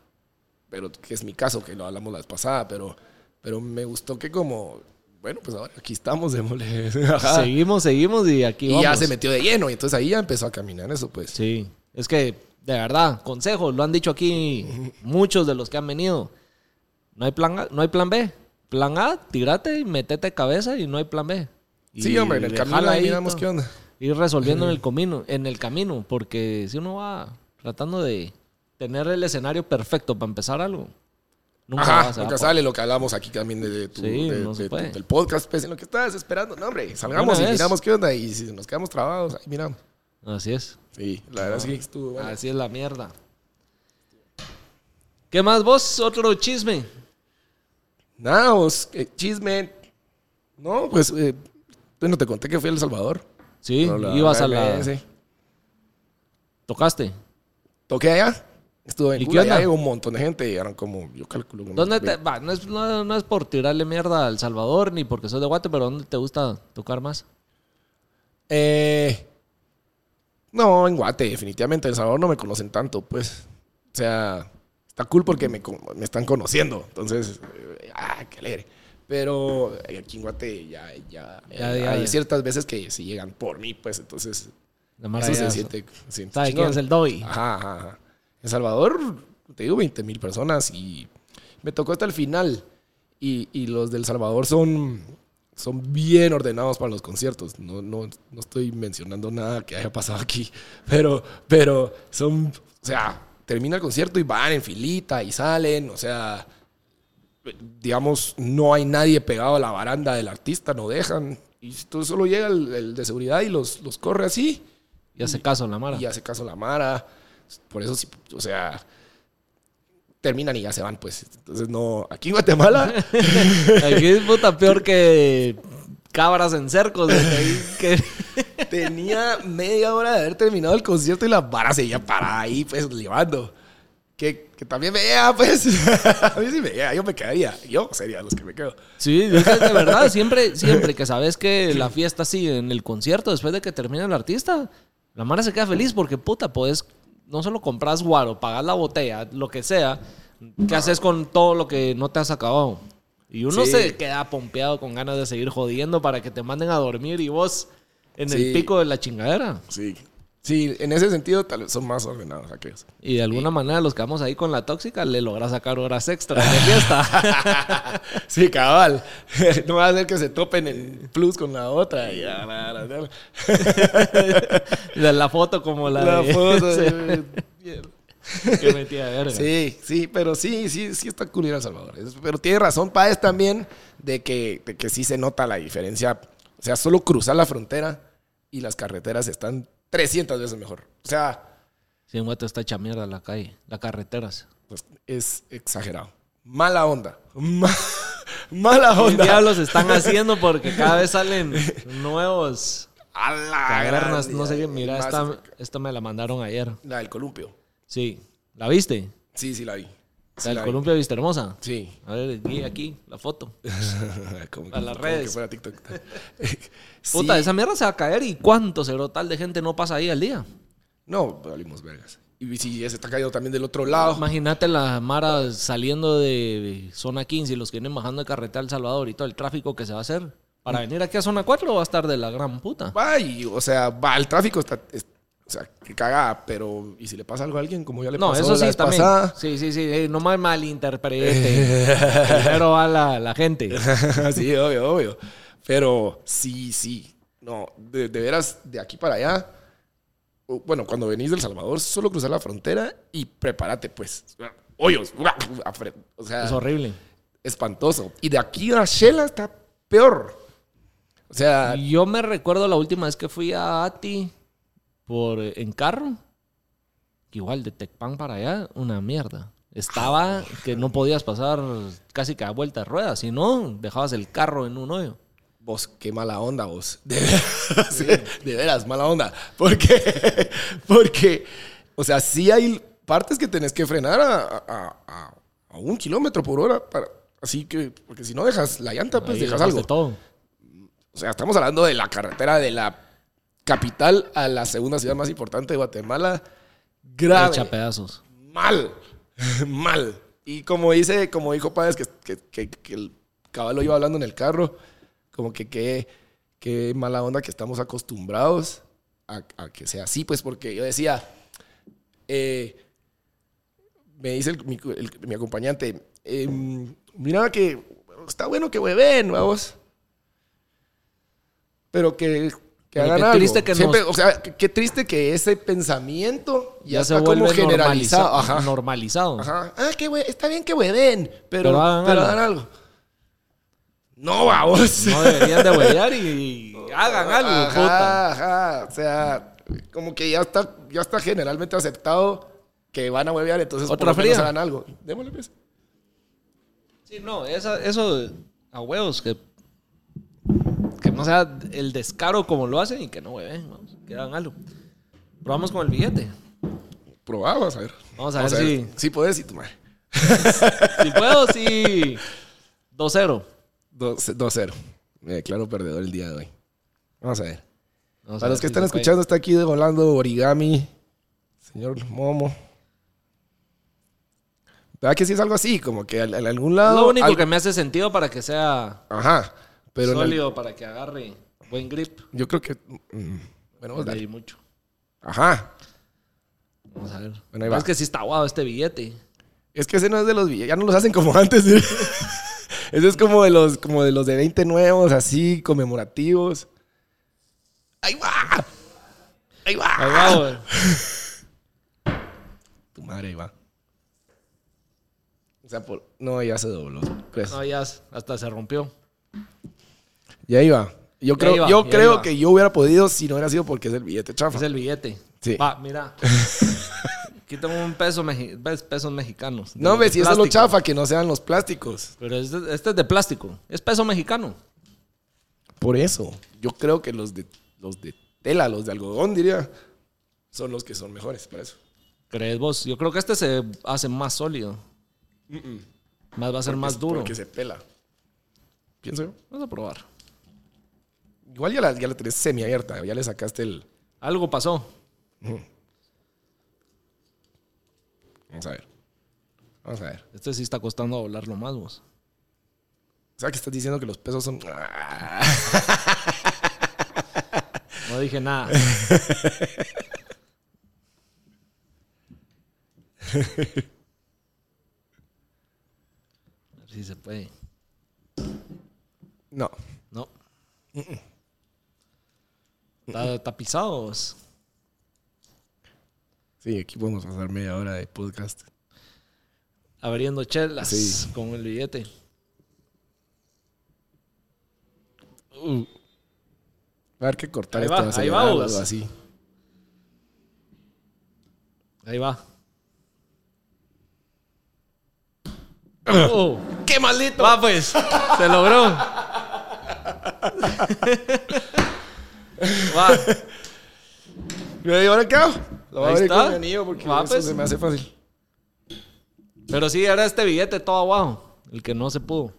Speaker 2: pero que es mi caso, que lo hablamos la vez pasada, pero, pero me gustó que como, bueno, pues ahora aquí estamos, démosle. Ajá.
Speaker 1: Seguimos, seguimos y aquí
Speaker 2: Y
Speaker 1: vamos.
Speaker 2: ya se metió de lleno, y entonces ahí ya empezó a caminar eso, pues.
Speaker 1: Sí, es que de verdad, consejos, lo han dicho aquí muchos de los que han venido. No hay plan A, no hay plan B. Plan A, tírate y metete cabeza y no hay plan B. Y
Speaker 2: Sí, hombre, en el
Speaker 1: le
Speaker 2: camino
Speaker 1: jala
Speaker 2: ahí
Speaker 1: ahí,
Speaker 2: miramos
Speaker 1: ¿no?
Speaker 2: qué onda.
Speaker 1: ir resolviendo en el camino, en el camino, porque si uno va tratando de tener el escenario perfecto para empezar algo, nunca
Speaker 2: Ajá,
Speaker 1: va a ser
Speaker 2: nunca sale lo que hablamos aquí también de, de tu,
Speaker 1: Sí,
Speaker 2: de-
Speaker 1: no se
Speaker 2: de tu-
Speaker 1: puede.
Speaker 2: del podcast, pues, en lo que estás esperando. No, hombre, salgamos
Speaker 1: Una
Speaker 2: y
Speaker 1: vez.
Speaker 2: miramos qué onda. Y si nos quedamos trabados, ahí miramos.
Speaker 1: Así es.
Speaker 2: Sí, la verdad es que estuvo bueno.
Speaker 1: Así es la mierda. ¿Qué más vos? Otro chisme.
Speaker 2: Nada, vos, eh, chisme. No, pues, eh, bueno, te conté que fui a El Salvador.
Speaker 1: Sí,
Speaker 2: No, la
Speaker 1: ibas a la...
Speaker 2: RMS.
Speaker 1: Tocaste.
Speaker 2: Toqué allá. Estuve en
Speaker 1: ¿Y qué
Speaker 2: Cuba, allá
Speaker 1: onda?
Speaker 2: llegó un montón de gente. Eran como, yo calculo. como
Speaker 1: ¿Dónde te...
Speaker 2: ve-
Speaker 1: va, no, es, no- no es por tirarle mierda al Salvador ni porque soy de Guate, pero ¿dónde te gusta tocar más?
Speaker 2: Eh, no, en Guate, definitivamente. En El Salvador no me conocen tanto, pues. O sea, está cool porque me, con- me están conociendo. Entonces, eh, ah, qué alegre. Pero eh, aquí en Guate ya, ya,
Speaker 1: Ya,
Speaker 2: eh,
Speaker 1: ya,
Speaker 2: hay
Speaker 1: ya.
Speaker 2: ciertas veces que si llegan por mí, pues entonces
Speaker 1: La mara
Speaker 2: eso se
Speaker 1: ya
Speaker 2: siente, se siente
Speaker 1: ¿Sabe
Speaker 2: chingón. Ah.
Speaker 1: quién es el Dobby?
Speaker 2: Ajá, ajá, ajá. En Salvador, te digo, 20 mil personas y me tocó hasta el final. Y, y los del Salvador son, son bien ordenados para los conciertos. No, no, no estoy mencionando nada que haya pasado aquí, pero, pero son, o sea, termina el concierto y van en filita y salen, o sea, digamos, no hay nadie pegado a la baranda del artista, no dejan. Y tú solo llega el, el de seguridad y los, los corre así
Speaker 1: Y hace caso en la mara.
Speaker 2: y hace caso a la Mara. Por eso, sí, o sea, terminan y ya se van, pues. Entonces, no, aquí en Guatemala,
Speaker 1: Aquí es puta peor que cabras en cercos. desde ahí que-
Speaker 2: tenía media hora de haber terminado el concierto y la vara seguía parada ahí, pues, llevando. Que, que también me llega, pues. a mí sí me llega, yo me quedaría. Yo sería los que me quedo.
Speaker 1: Sí, es que de verdad, siempre, siempre que sabes que la fiesta sigue en el concierto después de que termina el artista, la mara se queda feliz porque puta, podés, no solo compras guaro, pagas la botella, lo que sea, ¿qué haces con todo lo que no te has acabado? Y uno
Speaker 2: Sí.
Speaker 1: se queda pompeado con ganas de seguir jodiendo para que te manden a dormir y vos en el
Speaker 2: Sí.
Speaker 1: pico de la chingadera.
Speaker 2: Sí. Sí, en ese sentido, tal vez son más ordenados aquellos.
Speaker 1: Y de alguna manera los que vamos ahí con la tóxica le logras sacar horas extra de fiesta.
Speaker 2: Sí, cabal. No va a ser que se topen en plus con la otra. y ya, la, la, la.
Speaker 1: la, la foto como la,
Speaker 2: La
Speaker 1: de-
Speaker 2: foto.
Speaker 1: que metía de verga.
Speaker 2: Sí, sí, pero sí, sí, sí está cool ir a El Salvador. Es- Pero tiene razón Páez también de que, de que sí se nota la diferencia. O sea, solo cruzar la frontera y las carreteras están 300 veces mejor. O sea,
Speaker 1: Sí, en Guate está hecha mierda la calle, las carreteras.
Speaker 2: pues, es exagerado. Mala onda. Ma- mala
Speaker 1: ¿Qué
Speaker 2: onda.
Speaker 1: diablos están haciendo? Porque cada vez salen nuevos
Speaker 2: A la
Speaker 1: cavernas.
Speaker 2: gran-
Speaker 1: No sé qué, mira,
Speaker 2: Ah, más-
Speaker 1: esta, esta me la mandaron ayer.
Speaker 2: La del columpio.
Speaker 1: Sí, ¿la viste?
Speaker 2: Sí, sí, la vi. Sí,
Speaker 1: La
Speaker 2: la
Speaker 1: del
Speaker 2: vi.
Speaker 1: columpio de Vista Hermosa.
Speaker 2: Sí.
Speaker 1: A ver, aquí, aquí, la foto.
Speaker 2: Como-
Speaker 1: A las
Speaker 2: como
Speaker 1: redes.
Speaker 2: que fuera TikTok. Sí.
Speaker 1: Puta, esa mierda se va a caer y cuánto tal de gente no pasa ahí al día.
Speaker 2: No, valimos vergas. Y si ya se está cayendo también del otro lado.
Speaker 1: Imagínate la Mara saliendo de zona 15 y los que vienen bajando de carretera El Salvador y todo el tráfico que se va a hacer. Para venir aquí a zona 4 va a estar de la gran puta.
Speaker 2: Va y, o sea, va, el tráfico está. es- o sea, que cagada, pero. ¿Y si le pasa algo a alguien? Como ya le
Speaker 1: No,
Speaker 2: pasó
Speaker 1: eso
Speaker 2: la
Speaker 1: sí,
Speaker 2: vez
Speaker 1: también.
Speaker 2: pasada.
Speaker 1: Sí, sí, sí. eh, no me malinterprete. Primero va la, la gente.
Speaker 2: sí, obvio, obvio. Pero sí, sí. No, de, de veras, de aquí para allá. o- Bueno, cuando venís del Salvador, solo cruzar la frontera y prepárate, pues. Hoyos. afre- O sea,
Speaker 1: Es horrible.
Speaker 2: espantoso. Y de aquí a Shela está peor. O sea,
Speaker 1: Yo me recuerdo la última vez que fui a Ati por, eh, en carro. que Igual, de Tecpan para allá, una mierda. Estaba que no podías pasar casi cada vuelta de ruedas. Si no, dejabas el carro en un hoyo.
Speaker 2: Vos, qué mala onda, vos. De veras, de veras, mala onda. Porque, porque, o sea, sí hay partes que tenés que frenar a, a- a- a un kilómetro por hora. para- así que, porque si no dejas la llanta, pues
Speaker 1: Ahí
Speaker 2: dejas
Speaker 1: dejaste
Speaker 2: algo.
Speaker 1: todo.
Speaker 2: O sea, estamos hablando de la carretera de la capital a la segunda ciudad más importante de Guatemala. Grave
Speaker 1: Hecha pedazos.
Speaker 2: mal, mal. Y como dice, como dijo Páez, que, que, que- que el caballo iba hablando en el carro, como que qué qué mala onda que estamos acostumbrados a, a que sea así, pues porque yo decía, eh, me dice el- mi, el- mi acompañante, em, mira que está bueno que hueven, vamos. Pero que, que
Speaker 1: Pero
Speaker 2: hagan
Speaker 1: qué
Speaker 2: algo.
Speaker 1: triste que
Speaker 2: Siempre,
Speaker 1: nos-
Speaker 2: O sea, qué qué triste que ese pensamiento
Speaker 1: Ya,
Speaker 2: ya,
Speaker 1: se
Speaker 2: está
Speaker 1: vuelve
Speaker 2: como generalizado.
Speaker 1: normaliza-
Speaker 2: Ajá.
Speaker 1: normalizado.
Speaker 2: Ajá. Ah, qué hue- está bien que hueven, pero,
Speaker 1: Pero hagan
Speaker 2: pero
Speaker 1: algo.
Speaker 2: hagan algo. No, vamos.
Speaker 1: No deberían de huellar y, y hagan algo,
Speaker 2: ajá,
Speaker 1: puta.
Speaker 2: Ajá, o sea, como que ya está, ya está generalmente aceptado que van a huevear, entonces
Speaker 1: ¿Otra
Speaker 2: por lo menos
Speaker 1: fría?
Speaker 2: hagan algo. Démosle pues.
Speaker 1: Sí, no, esa- eso a huevos, que, que no sea el descaro como lo hacen y que no hueven, vamos, que hagan algo. Probamos con el billete.
Speaker 2: Probamos, a ver.
Speaker 1: Vamos a ver si-
Speaker 2: Sí puedes y tu madre.
Speaker 1: Si puedo, sí. 2-0.
Speaker 2: 2-0. Me declaro perdedor el día de hoy. Vamos a ver.
Speaker 1: Vamos a
Speaker 2: Para
Speaker 1: ver
Speaker 2: los que
Speaker 1: si
Speaker 2: están
Speaker 1: se puede.
Speaker 2: escuchando, está aquí volando origami. Señor Momo. ¿Verdad que sí es algo así? Como que en algún lado.
Speaker 1: Lo único
Speaker 2: al-
Speaker 1: que me hace sentido para que sea
Speaker 2: Ajá. Pero en al-
Speaker 1: sólido, para que agarre buen grip.
Speaker 2: yo creo que. mm, bueno, vamos a
Speaker 1: Leí
Speaker 2: ver.
Speaker 1: mucho.
Speaker 2: Ajá.
Speaker 1: Vamos a ver.
Speaker 2: Bueno, ahí
Speaker 1: Pero
Speaker 2: va.
Speaker 1: Es que sí está guado este billete.
Speaker 2: Es que ese no es de los billetes. Ya no los hacen como antes. ¿eh? Ese es como de los, como de los de 20 nuevos, así, conmemorativos. ¡Ahí va! ¡Ahí va!
Speaker 1: Ahí va, güey.
Speaker 2: Tu madre, ahí va. O sea, por- no, ya se dobló. Pues, ¿crees?
Speaker 1: No, ya s- hasta se rompió.
Speaker 2: Y ahí va. Yo
Speaker 1: Ya
Speaker 2: creo,
Speaker 1: iba,
Speaker 2: yo
Speaker 1: ya
Speaker 2: creo
Speaker 1: iba.
Speaker 2: que yo hubiera podido si no hubiera sido porque es el billete chafa.
Speaker 1: Es el billete.
Speaker 2: Sí.
Speaker 1: Va, mira. Aquí tengo un peso, mexi- ves, pesos mexicanos.
Speaker 2: No,
Speaker 1: me
Speaker 2: hombre, si eso es lo chafa, que no sean los plásticos.
Speaker 1: Pero este, este es de plástico. Es peso mexicano.
Speaker 2: Por eso. Yo creo que los de, los de tela, los de algodón, diría, son los que son mejores para eso.
Speaker 1: ¿Crees vos? Yo creo que este se hace más sólido. Más va a ser más duro.
Speaker 2: Porque se pela. Pienso yo.
Speaker 1: Vamos a probar.
Speaker 2: Igual ya la, ya la tenés semiabierta, ya le sacaste el.
Speaker 1: Algo pasó.
Speaker 2: Vamos a ver. Vamos a ver.
Speaker 1: Este sí está costando doblarlo más vos.
Speaker 2: O sea, que estás diciendo que los pesos son. Ah,
Speaker 1: No dije nada. A ver si se puede.
Speaker 2: No.
Speaker 1: No. Está tapizado. vos.
Speaker 2: Sí, aquí podemos pasar media hora de podcast.
Speaker 1: Abriendo chelas
Speaker 2: Sí.
Speaker 1: con el billete.
Speaker 2: Va a haber que cortar
Speaker 1: Ahí
Speaker 2: esto.
Speaker 1: va,
Speaker 2: a
Speaker 1: ahí
Speaker 2: celebrar
Speaker 1: va,
Speaker 2: o
Speaker 1: vos.
Speaker 2: algo así.
Speaker 1: Ahí va. Oh,
Speaker 2: ¡Qué maldito!
Speaker 1: Va pues. Se logró. Va.
Speaker 2: ¿Y ahora qué hago? Lo voy a
Speaker 1: Ahí
Speaker 2: abrir
Speaker 1: está.
Speaker 2: con mi anillo porque
Speaker 1: Va,
Speaker 2: eso
Speaker 1: pues.
Speaker 2: se me hace fácil.
Speaker 1: Pero sí, era este billete todo abajo. El que no se pudo.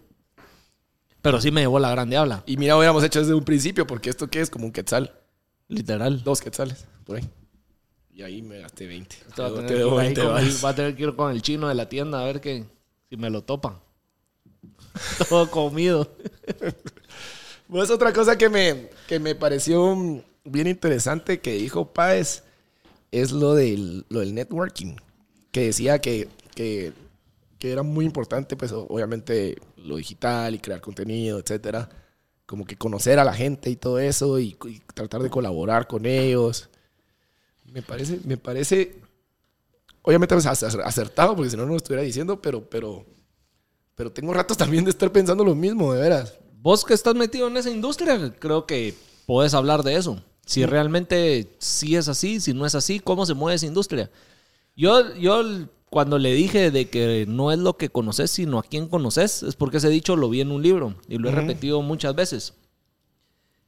Speaker 1: Pero sí me llevó la gran diabla.
Speaker 2: Y mira, hubiéramos hecho desde un principio porque esto qué es como un quetzal.
Speaker 1: Literal.
Speaker 2: Dos quetzales, por ahí. Y ahí me gasté 20.
Speaker 1: Este va, a
Speaker 2: Yo
Speaker 1: tener
Speaker 2: te
Speaker 1: que
Speaker 2: debo
Speaker 1: ir ahí
Speaker 2: 20
Speaker 1: con el-
Speaker 2: varas.
Speaker 1: va a tener que ir con el chino de la tienda a ver que, si me lo topa. Todo comido.
Speaker 2: Pues otra cosa que me, que me pareció mm, bien interesante que dijo Páez es lo del, lo del networking. Que decía que, que, que era muy importante, pues o- obviamente, lo digital y crear contenido, etcétera. Como que conocer a la gente y todo eso y, co- y tratar de colaborar con ellos. Me parece, me parece, obviamente pues, acer- acertado, porque si no, no lo estuviera diciendo, pero, pero, pero tengo ratos también de estar pensando lo mismo, de veras.
Speaker 1: Vos que estás metido en esa industria, creo que podés hablar de eso. Si realmente sí es así, si no es así, ¿cómo se mueve esa industria? Yo, yo l- cuando le dije de que no es lo que conoces, sino a quién conoces, es porque ese dicho lo vi en un libro y lo he repetido muchas veces.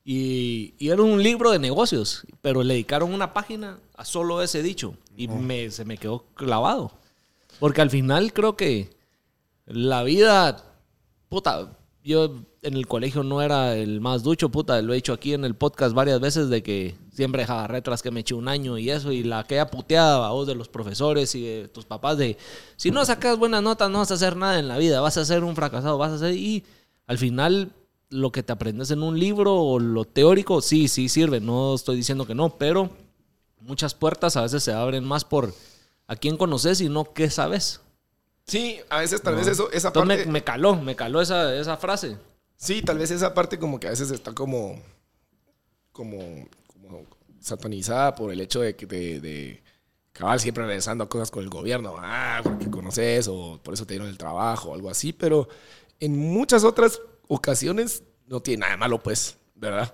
Speaker 1: Y, y era un libro de negocios, pero le dedicaron una página a solo ese dicho y me, se me quedó clavado. Porque al final creo que la vida, puta, yo en el colegio no era el más ducho, puta, lo he dicho aquí en el podcast varias veces de que siempre dejaba retras que me eché un año y eso, y la aquella puteada vos de los profesores y de tus papás de, si no sacas buenas notas no vas a hacer nada en la vida, vas a ser un fracasado, vas a ser, y al final lo que te aprendes en un libro o lo teórico, sí, sí sirve, no estoy diciendo que no, pero muchas puertas a veces se abren más por a quién conoces y no qué sabes.
Speaker 2: Sí, a veces tal vez eso, esa
Speaker 1: Entonces
Speaker 2: parte.
Speaker 1: me, me caló, me caló esa, esa frase.
Speaker 2: Sí, tal vez esa parte como que a veces está como. como. como satanizada por el hecho de que de, de cabal siempre regresando a cosas con el gobierno. Ah, porque conoces, o por eso te dieron el trabajo, o algo así, pero en muchas otras ocasiones no tiene nada de malo, pues, ¿verdad?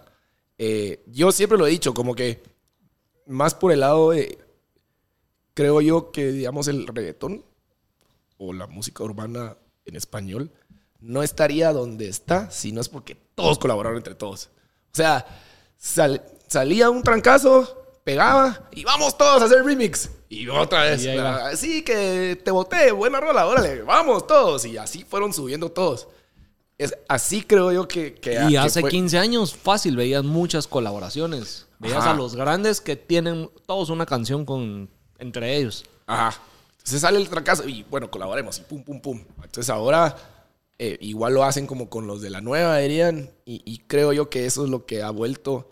Speaker 2: Eh, yo siempre lo he dicho, como que más por el lado de. Creo yo que, digamos, el reggaetón o la música urbana en español no estaría donde está si no es porque todos colaboraron entre todos. O sea, sal- salía un trancazo, pegaba y vamos todos a hacer remix. Y otra vez,
Speaker 1: Y ahí va.
Speaker 2: así que te boté, buena rola, órale, vamos todos. Y así fueron subiendo todos. Es, así creo yo que... que
Speaker 1: y
Speaker 2: que
Speaker 1: hace
Speaker 2: Eh, fue-
Speaker 1: 15 años, fácil, veías muchas colaboraciones. Veías
Speaker 2: Ajá.
Speaker 1: a los grandes que tienen todos una canción con, entre ellos.
Speaker 2: Ajá. Entonces sale el trancazo y bueno, colaboremos y pum, pum, pum. Entonces ahora eh, igual lo hacen como con los de la nueva, dirían. Y, y creo yo que eso es lo que ha vuelto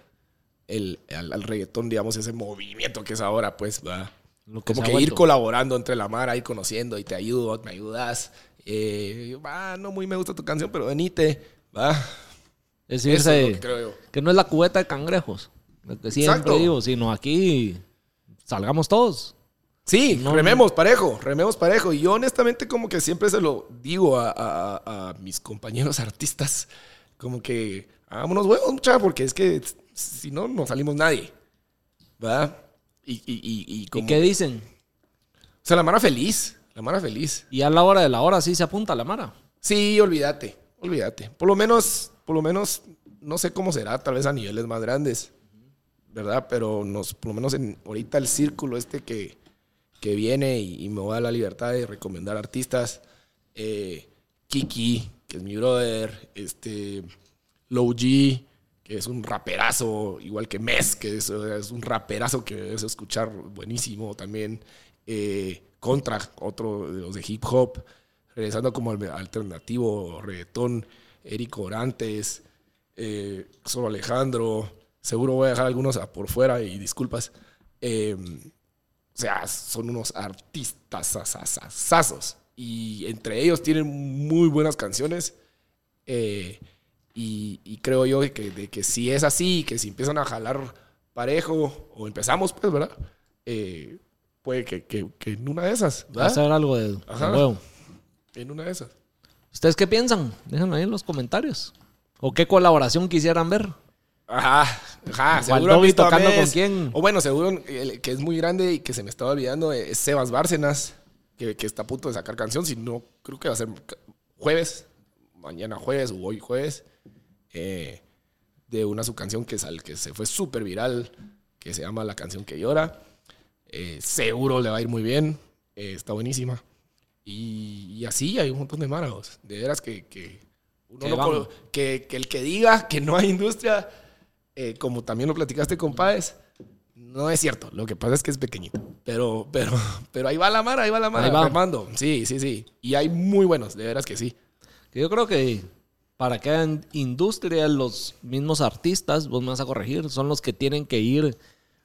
Speaker 2: el, al, al reggaetón, digamos, ese movimiento que es ahora, pues, ¿verdad?
Speaker 1: Lo
Speaker 2: Como
Speaker 1: se ha
Speaker 2: que ir
Speaker 1: vuelto.
Speaker 2: colaborando entre la mara, ir conociendo y te ayudo, vos me ayudas. Eh, va, no muy me gusta tu canción, pero venite. Va.
Speaker 1: Es
Speaker 2: Eso
Speaker 1: irse-
Speaker 2: es lo que creo yo.
Speaker 1: que no es la cubeta de cangrejos, lo que siempre
Speaker 2: Exacto.
Speaker 1: digo, sino aquí salgamos todos.
Speaker 2: Sí,
Speaker 1: No,
Speaker 2: rememos parejo, rememos parejo. Y yo honestamente como que siempre se lo digo a, a- a- a mis compañeros artistas, como que hagámonos huevos, mucha, porque es que si no, no salimos nadie. ¿Verdad? Y, y, y, y como...
Speaker 1: ¿Y qué dicen?
Speaker 2: O sea, la mara feliz, la mara feliz.
Speaker 1: Y a la hora de la hora sí se apunta la mara.
Speaker 2: Sí, olvídate, olvídate. Por lo menos, por lo menos, no sé cómo será, tal vez a niveles más grandes, ¿verdad? Pero nos, por lo menos en, ahorita el círculo este que, que viene y, y me voy a dar la libertad de recomendar artistas, eh, Kiki, que es mi brother, este, Low G, que es un raperazo, igual que Mes, que es, es un raperazo que debes escuchar buenísimo también. Eh, Contra, otro de los de hip hop, regresando como al alternativo, reggaetón, Eric Orantes, eh, Solo Alejandro. Seguro voy a dejar algunos a- por fuera y disculpas. Eh, o sea, son unos artistas sasasasazos. Y entre ellos tienen muy buenas canciones. Eh, y, y creo yo que, de que si es así, que si empiezan a jalar parejo, o empezamos, pues, ¿verdad? Eh, puede que, que- que en una de esas,
Speaker 1: Va a
Speaker 2: ¿verdad?
Speaker 1: ser algo de, de
Speaker 2: Ajá.
Speaker 1: huevo.
Speaker 2: En una de esas.
Speaker 1: ¿Ustedes qué piensan? Déjenme ahí en los comentarios. ¿O qué colaboración quisieran ver?
Speaker 2: Ajá, ajá. han
Speaker 1: Waldovi
Speaker 2: visto a
Speaker 1: tocando
Speaker 2: Mes.
Speaker 1: con quién.
Speaker 2: O bueno, seguro el que es muy grande y que se me estaba olvidando eh, es Sebas Bárcenas, que, que está a punto de sacar canción. Si no, creo que va a ser ca- jueves, mañana jueves o hoy jueves, eh, de una su canción que, sal, que se fue súper viral, que se llama La canción que llora. Eh, seguro le va a ir muy bien, eh, está buenísima. Y, y así hay un montón de maragos. De veras que, que, uno
Speaker 1: Que
Speaker 2: no
Speaker 1: vamos.
Speaker 2: col- que, que el que diga que no hay industria, eh, como también lo platicaste con Páez, no es cierto. Lo que pasa es que es pequeñito. Pero, pero, pero ahí va la mara, ahí va la mara.
Speaker 1: Ahí va.
Speaker 2: remando. Sí, sí, sí. Y hay muy buenos, de veras que sí.
Speaker 1: Que yo creo que para cada in- industria, los mismos artistas, vos me vas a corregir, son los que tienen que ir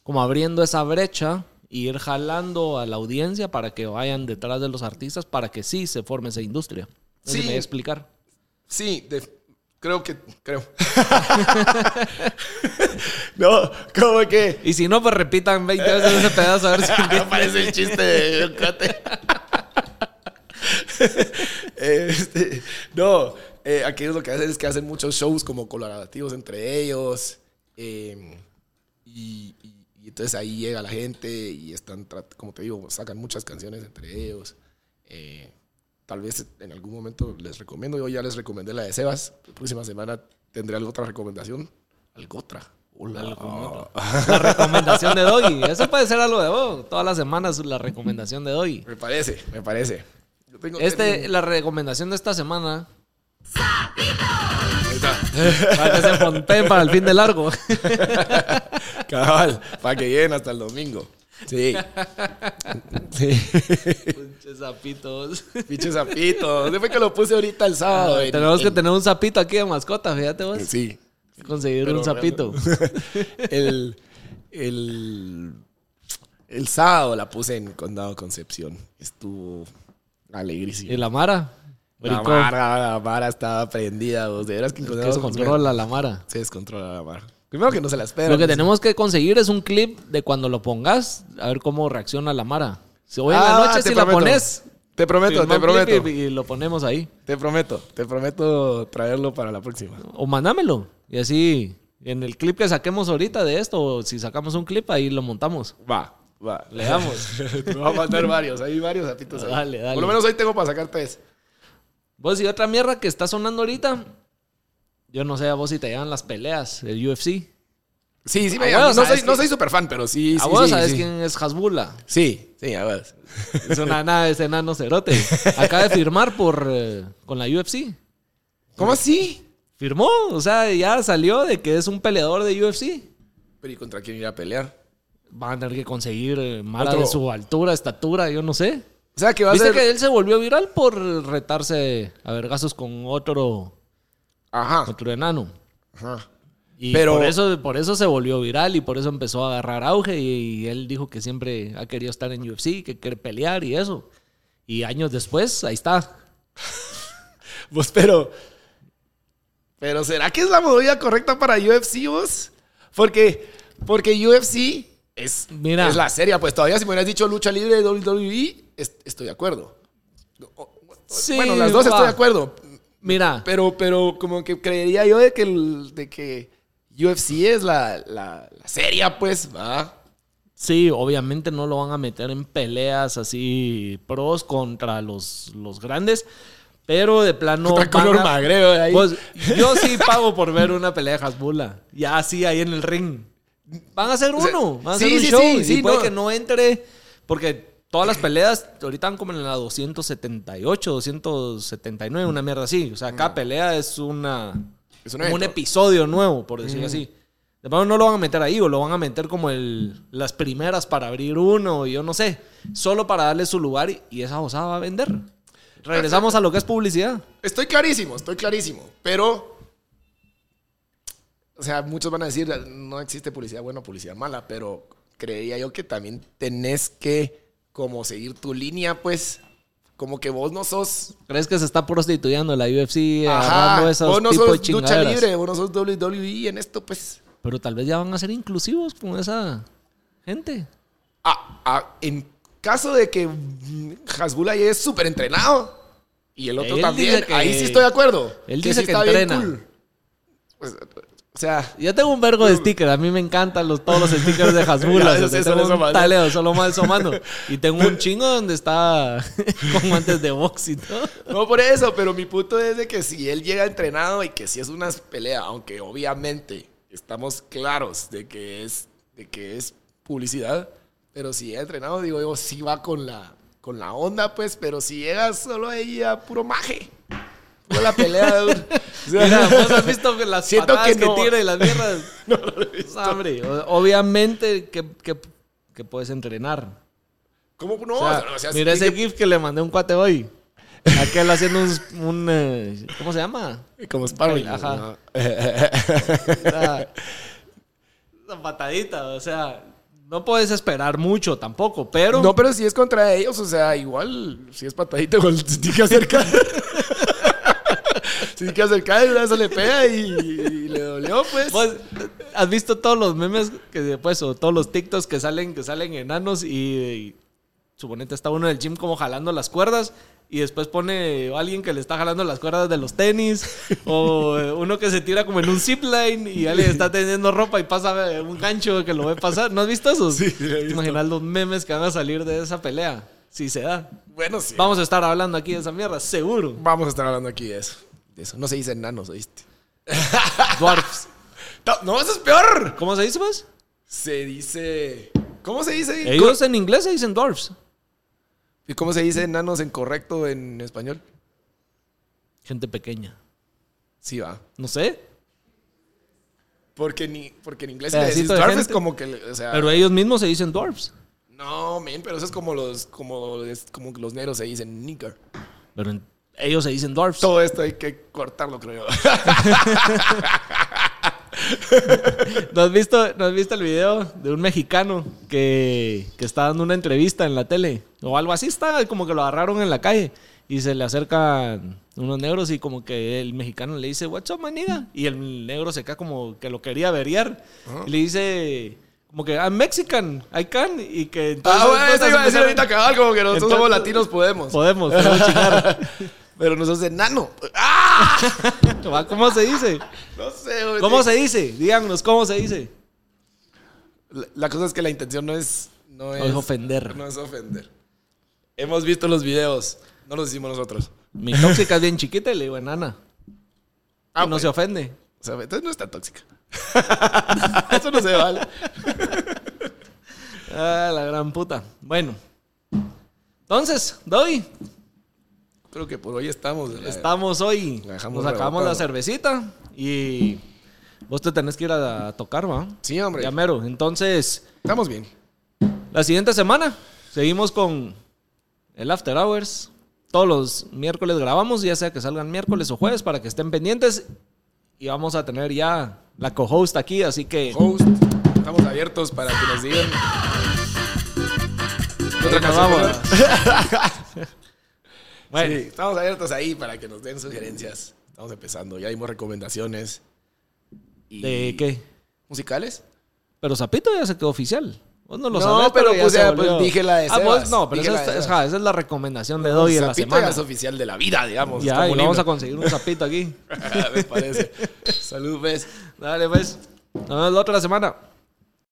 Speaker 1: como abriendo esa brecha y ir jalando a la audiencia para que vayan detrás de los artistas para que sí se forme esa industria. No sé si
Speaker 2: Sí.
Speaker 1: me voy a explicar.
Speaker 2: Sí, de- creo que, creo. no, como que...
Speaker 1: Y si no, pues repitan 20 veces ese pedazo a ver si
Speaker 2: no parece el chiste de un cuate. Este, no, eh, aquellos lo que hacen es que hacen muchos shows como colaborativos entre ellos. eh, y, y- y entonces ahí llega la gente y están, trat- como te digo, sacan muchas canciones entre ellos. eh, tal vez en algún momento les recomiendo. Yo ya les recomendé la de Sebas. La próxima semana tendré alguna otra recomendación. Algo otra. Hola.
Speaker 1: La recomendación de Doggy. Eso puede ser algo de vos. Todas las semanas la recomendación de Doggy.
Speaker 2: Me parece, me parece. Yo tengo-
Speaker 1: Este, la recomendación de esta semana.
Speaker 2: Ahí está.
Speaker 1: Para que se fonteen para el fin de largo.
Speaker 2: Cabal, para que lleguen hasta el domingo. Sí. Sí.
Speaker 1: Pinches zapitos.
Speaker 2: Pinche zapito. ¿Dónde fue que lo puse ahorita el sábado? En-
Speaker 1: Ah, Tenemos que
Speaker 2: en-
Speaker 1: tener un zapito aquí de mascota, fíjate vos.
Speaker 2: Sí.
Speaker 1: Conseguir
Speaker 2: Pero
Speaker 1: un zapito.
Speaker 2: El, el, el sábado la puse en Condado Concepción. Estuvo alegrísimo.
Speaker 1: ¿Y la Mara?
Speaker 2: la
Speaker 1: Brincó.
Speaker 2: vara, la vara estaba prendida. vos. De veras que en
Speaker 1: Que
Speaker 2: Condado
Speaker 1: se controla la Mara.
Speaker 2: Concepción- Se descontrola la vara. Primero que no se la espera.
Speaker 1: Lo que tenemos que conseguir es un clip de cuando lo pongas, a ver cómo reacciona la Mara. Si hoy en
Speaker 2: Ah,
Speaker 1: la noche, si
Speaker 2: te
Speaker 1: la
Speaker 2: prometo.
Speaker 1: pones.
Speaker 2: Te prometo,
Speaker 1: filma
Speaker 2: te
Speaker 1: un clip
Speaker 2: prometo.
Speaker 1: Y, y lo ponemos ahí.
Speaker 2: Te prometo, te prometo traerlo para la próxima.
Speaker 1: O mandámelo. Y así, en el clip que saquemos ahorita de esto, o si sacamos un clip, ahí lo montamos.
Speaker 2: Va, va.
Speaker 1: Le damos.
Speaker 2: Te voy a mandar varios, hay varios zapitos ahí.
Speaker 1: Dale, dale.
Speaker 2: Por lo menos hoy tengo para sacar tres.
Speaker 1: Vos y otra mierda que está sonando ahorita. Yo no sé a vos si te llevan las peleas del UFC.
Speaker 2: Sí, sí,
Speaker 1: A
Speaker 2: me
Speaker 1: huevo,
Speaker 2: llaman. no,
Speaker 1: Ah, sabes
Speaker 2: soy,
Speaker 1: que-
Speaker 2: no soy super fan, pero sí, sí.
Speaker 1: a vos
Speaker 2: sí,
Speaker 1: sabes
Speaker 2: sí.
Speaker 1: quién es Hasbula.
Speaker 2: Sí, sí, a ver.
Speaker 1: Es una nave, ese enano cerote. Acaba de firmar por, eh, con la UFC.
Speaker 2: ¿Cómo así?
Speaker 1: Firmó, o sea, ya salió de que es un peleador de UFC.
Speaker 2: Pero ¿y contra quién irá a pelear?
Speaker 1: Van a tener que conseguir eh, mala
Speaker 2: Otro.
Speaker 1: de su altura, estatura, yo no sé.
Speaker 2: O sea, que va a
Speaker 1: Viste
Speaker 2: ser...
Speaker 1: que él se volvió viral por retarse a vergazos con otro,
Speaker 2: Ajá,
Speaker 1: otro enano.
Speaker 2: ajá.
Speaker 1: Y
Speaker 2: Pero-
Speaker 1: por, eso, por eso se volvió viral y por eso empezó a agarrar auge. Y, y él dijo que siempre ha querido estar en UFC, que quiere pelear y eso. Y años después, ahí está.
Speaker 2: Vos, pero. Pero ¿será que es la movida correcta para UFC, vos? Porque, porque UFC es,
Speaker 1: Mira.
Speaker 2: es la serie. Pues todavía si me hubieras dicho lucha libre de WWE, es- estoy de acuerdo. O- o-
Speaker 1: Sí,
Speaker 2: bueno, las dos
Speaker 1: va.
Speaker 2: estoy de acuerdo.
Speaker 1: Mira,
Speaker 2: Pero, pero como que creería yo de que, el- de que UFC es la, la, la serie, pues, va.
Speaker 1: sí, obviamente no lo van a meter en peleas así pros contra los, los grandes. Pero de plano.
Speaker 2: Contra Conor
Speaker 1: van a-
Speaker 2: McGregor ahí.
Speaker 1: Pues, yo sí pago por ver una pelea de Hasbula. Ya así ahí en el ring. Van a ser
Speaker 2: sea,
Speaker 1: uno. Van a
Speaker 2: sí,
Speaker 1: ser un
Speaker 2: sí,
Speaker 1: show.
Speaker 2: sí,
Speaker 1: y
Speaker 2: sí,
Speaker 1: puede
Speaker 2: no.
Speaker 1: que no entre. Porque todas las peleas ahorita van como en la 278, 279, una mierda así. O sea, cada pelea es una.
Speaker 2: Mm. Es un
Speaker 1: como un
Speaker 2: evento. Mm.
Speaker 1: episodio nuevo, por decirlo así. De pronto no lo van a meter ahí, o lo van a meter como el, las primeras para abrir uno, y yo no sé. Solo para darle su lugar y, y esa osada va a vender. Regresamos a lo que es publicidad.
Speaker 2: Estoy clarísimo, estoy clarísimo. Pero. O sea, muchos van a decir, no existe publicidad buena o publicidad mala, pero creería yo que también tenés que, como, seguir tu línea, pues. Como que vos no sos.
Speaker 1: ¿Crees que se está prostituyendo la UFC
Speaker 2: Ajá,
Speaker 1: agarrando esos
Speaker 2: vos no
Speaker 1: tipos de
Speaker 2: sos lucha
Speaker 1: chingaderas?
Speaker 2: libre, vos no sos WWE en esto, pues.
Speaker 1: Pero tal vez ya van a ser inclusivos con esa gente.
Speaker 2: Ah, ah, en caso de que mm, Hasbula ya es súper entrenado y el otro
Speaker 1: Él
Speaker 2: también,
Speaker 1: dice que-
Speaker 2: ahí sí estoy de acuerdo.
Speaker 1: él
Speaker 2: sí
Speaker 1: dice que
Speaker 2: está bien
Speaker 1: entrena.
Speaker 2: Pues, o sea,
Speaker 1: Yo tengo un vergo de stickers. A mí me encantan los, todos los stickers de
Speaker 2: Ya,
Speaker 1: Hasbula. o sea,
Speaker 2: eso sí,
Speaker 1: tengo
Speaker 2: solo
Speaker 1: un
Speaker 2: somando.
Speaker 1: taleo, solo mal somando. Y tengo un chingo donde está con guantes de box y todo.
Speaker 2: No por eso, pero mi punto es de que si él llega entrenado y que si es una pelea, aunque obviamente estamos claros de que es, de que es publicidad, pero si llega entrenado, digo yo, sí va con la, con la onda, pues, pero si llega solo ahí a puro maje. puro la pelea. o sea,
Speaker 1: Mira, vos has visto que las
Speaker 2: Siento
Speaker 1: patadas
Speaker 2: que
Speaker 1: que,
Speaker 2: no.
Speaker 1: tira y las mierdas. Pues, Hombre, o- obviamente que, que, que puedes entrenar.
Speaker 2: ¿Cómo no?
Speaker 1: O sea,
Speaker 2: O sea,
Speaker 1: mira
Speaker 2: sí
Speaker 1: ese GIF que le mandé a un cuate hoy. Aquel haciendo un... un, eh, ¿Cómo se llama?
Speaker 2: que- Como sparring.
Speaker 1: Ajá.
Speaker 2: ¿no?
Speaker 1: Esa esa patadita, o sea... No puedes esperar mucho tampoco, pero...
Speaker 2: No, pero si es contra ellos, o sea, igual, si es patadita, igual se tiene que acercar. se tiene que acercar, el brazo le pega y, y le dolió, pues.
Speaker 1: Vos, ¿Has visto todos los memes que después o todos los TikToks que salen que salen enanos y, y suponete está uno en el gym como jalando las cuerdas y después pone alguien que le está jalando las cuerdas de los tenis o eh, uno que se tira como en un zipline y alguien está teniendo ropa y pasa eh, un gancho que lo ve pasar. ¿No has visto esos?
Speaker 2: Sí, sí, lo he
Speaker 1: ¿Te
Speaker 2: visto.
Speaker 1: imaginas los memes que van a salir de esa pelea? Si se da.
Speaker 2: Bueno, sí. Vamos.
Speaker 1: Vamos a estar hablando aquí de esa mierda, seguro.
Speaker 2: a estar hablando aquí de eso. De eso. No se dice enanos, ¿oíste?
Speaker 1: Dwarfs.
Speaker 2: No, No, eso es peor.
Speaker 1: ¿Cómo se dice más?
Speaker 2: Se dice. ¿Cómo se dice?
Speaker 1: Ellos en inglés se dicen dwarfs.
Speaker 2: ¿Y cómo se dice enanos en correcto en español?
Speaker 1: Gente pequeña.
Speaker 2: Sí, va.
Speaker 1: No sé.
Speaker 2: Porque, ni, porque en inglés
Speaker 1: Pedacito
Speaker 2: le decís
Speaker 1: de
Speaker 2: dwarf es
Speaker 1: gente.
Speaker 2: como que. le- O sea,
Speaker 1: Pero ellos mismos se dicen dwarfs.
Speaker 2: no, men, pero eso es como los, como, es como los negros se dicen nigger.
Speaker 1: Pero en- ellos se dicen dwarfs.
Speaker 2: Todo esto hay que cortarlo, creo yo.
Speaker 1: ¿No has, visto, ¿No has visto el video de un mexicano que, que está dando una entrevista en la tele? O algo así, está como que lo agarraron en la calle. Y se le acercan unos negros y como que el mexicano le dice, what's up, my nigga?" Y el negro se cae como que lo quería averiar. Y le dice, como que, I'm Mexican, I can. Y que entonces...
Speaker 2: Ah, bueno,
Speaker 1: pues,
Speaker 2: eso iba a decir
Speaker 1: empezaron-
Speaker 2: ahorita cabal, como que nosotros
Speaker 1: Entonces-
Speaker 2: somos latinos, podemos.
Speaker 1: Podemos, podemos chingar.
Speaker 2: Pero nosotros enano. Ah,
Speaker 1: Va, ¿Cómo se dice?
Speaker 2: no sé, güey.
Speaker 1: ¿Cómo se dice? Díganos, ¿cómo se dice?
Speaker 2: La, la cosa es que la intención no es. No es,
Speaker 1: es ofender.
Speaker 2: No es ofender. Hemos visto los videos. No los hicimos nosotros.
Speaker 1: Mi tóxica es bien chiquita y le digo enana.
Speaker 2: Ah,
Speaker 1: Y no
Speaker 2: pues.
Speaker 1: se ofende.
Speaker 2: O sea, entonces no es tan tóxica. eso no se vale.
Speaker 1: Ah, la gran puta. Bueno. Entonces, Doy,
Speaker 2: Creo que por hoy estamos. la-
Speaker 1: estamos hoy. Nos
Speaker 2: la dejamos
Speaker 1: acabamos
Speaker 2: rebotando.
Speaker 1: la cervecita y vos te tenés que ir a, a tocar, ¿va?
Speaker 2: Sí, hombre.
Speaker 1: Ya mero. Entonces,
Speaker 2: Estamos bien.
Speaker 1: la siguiente semana seguimos con el After Hours. Todos los miércoles grabamos, ya sea que salgan miércoles o jueves, para que estén pendientes. Y vamos a tener ya la co-host aquí, así que
Speaker 2: Host, estamos abiertos para que nos digan. ¿Qué otra
Speaker 1: Bueno,
Speaker 2: canción,
Speaker 1: vámonos.
Speaker 2: verdad?
Speaker 1: bueno,
Speaker 2: Sí, estamos abiertos ahí para que nos den sugerencias. Estamos empezando, ya dimos recomendaciones. Y-
Speaker 1: ¿de qué?
Speaker 2: ¿Musicales?
Speaker 1: Pero Zapito ya se quedó oficial. Vos no lo
Speaker 2: No,
Speaker 1: sabés,
Speaker 2: pero
Speaker 1: ya
Speaker 2: pues
Speaker 1: se
Speaker 2: ya, pues,
Speaker 1: volvió.
Speaker 2: dije la de
Speaker 1: Ah, vos
Speaker 2: Sebas,
Speaker 1: no, pero
Speaker 2: dije
Speaker 1: esa,
Speaker 2: la de
Speaker 1: es- es-
Speaker 2: Sebas.
Speaker 1: ja, esa es la recomendación de hoy en la
Speaker 2: Zapito ya
Speaker 1: semana.
Speaker 2: es oficial de la vida, digamos.
Speaker 1: Ya,
Speaker 2: es como
Speaker 1: y
Speaker 2: un
Speaker 1: vamos a
Speaker 2: himno.
Speaker 1: conseguir un Zapito aquí.
Speaker 2: Me parece. Salud, pues.
Speaker 1: Dale, pues. Nos vemos la otra semana.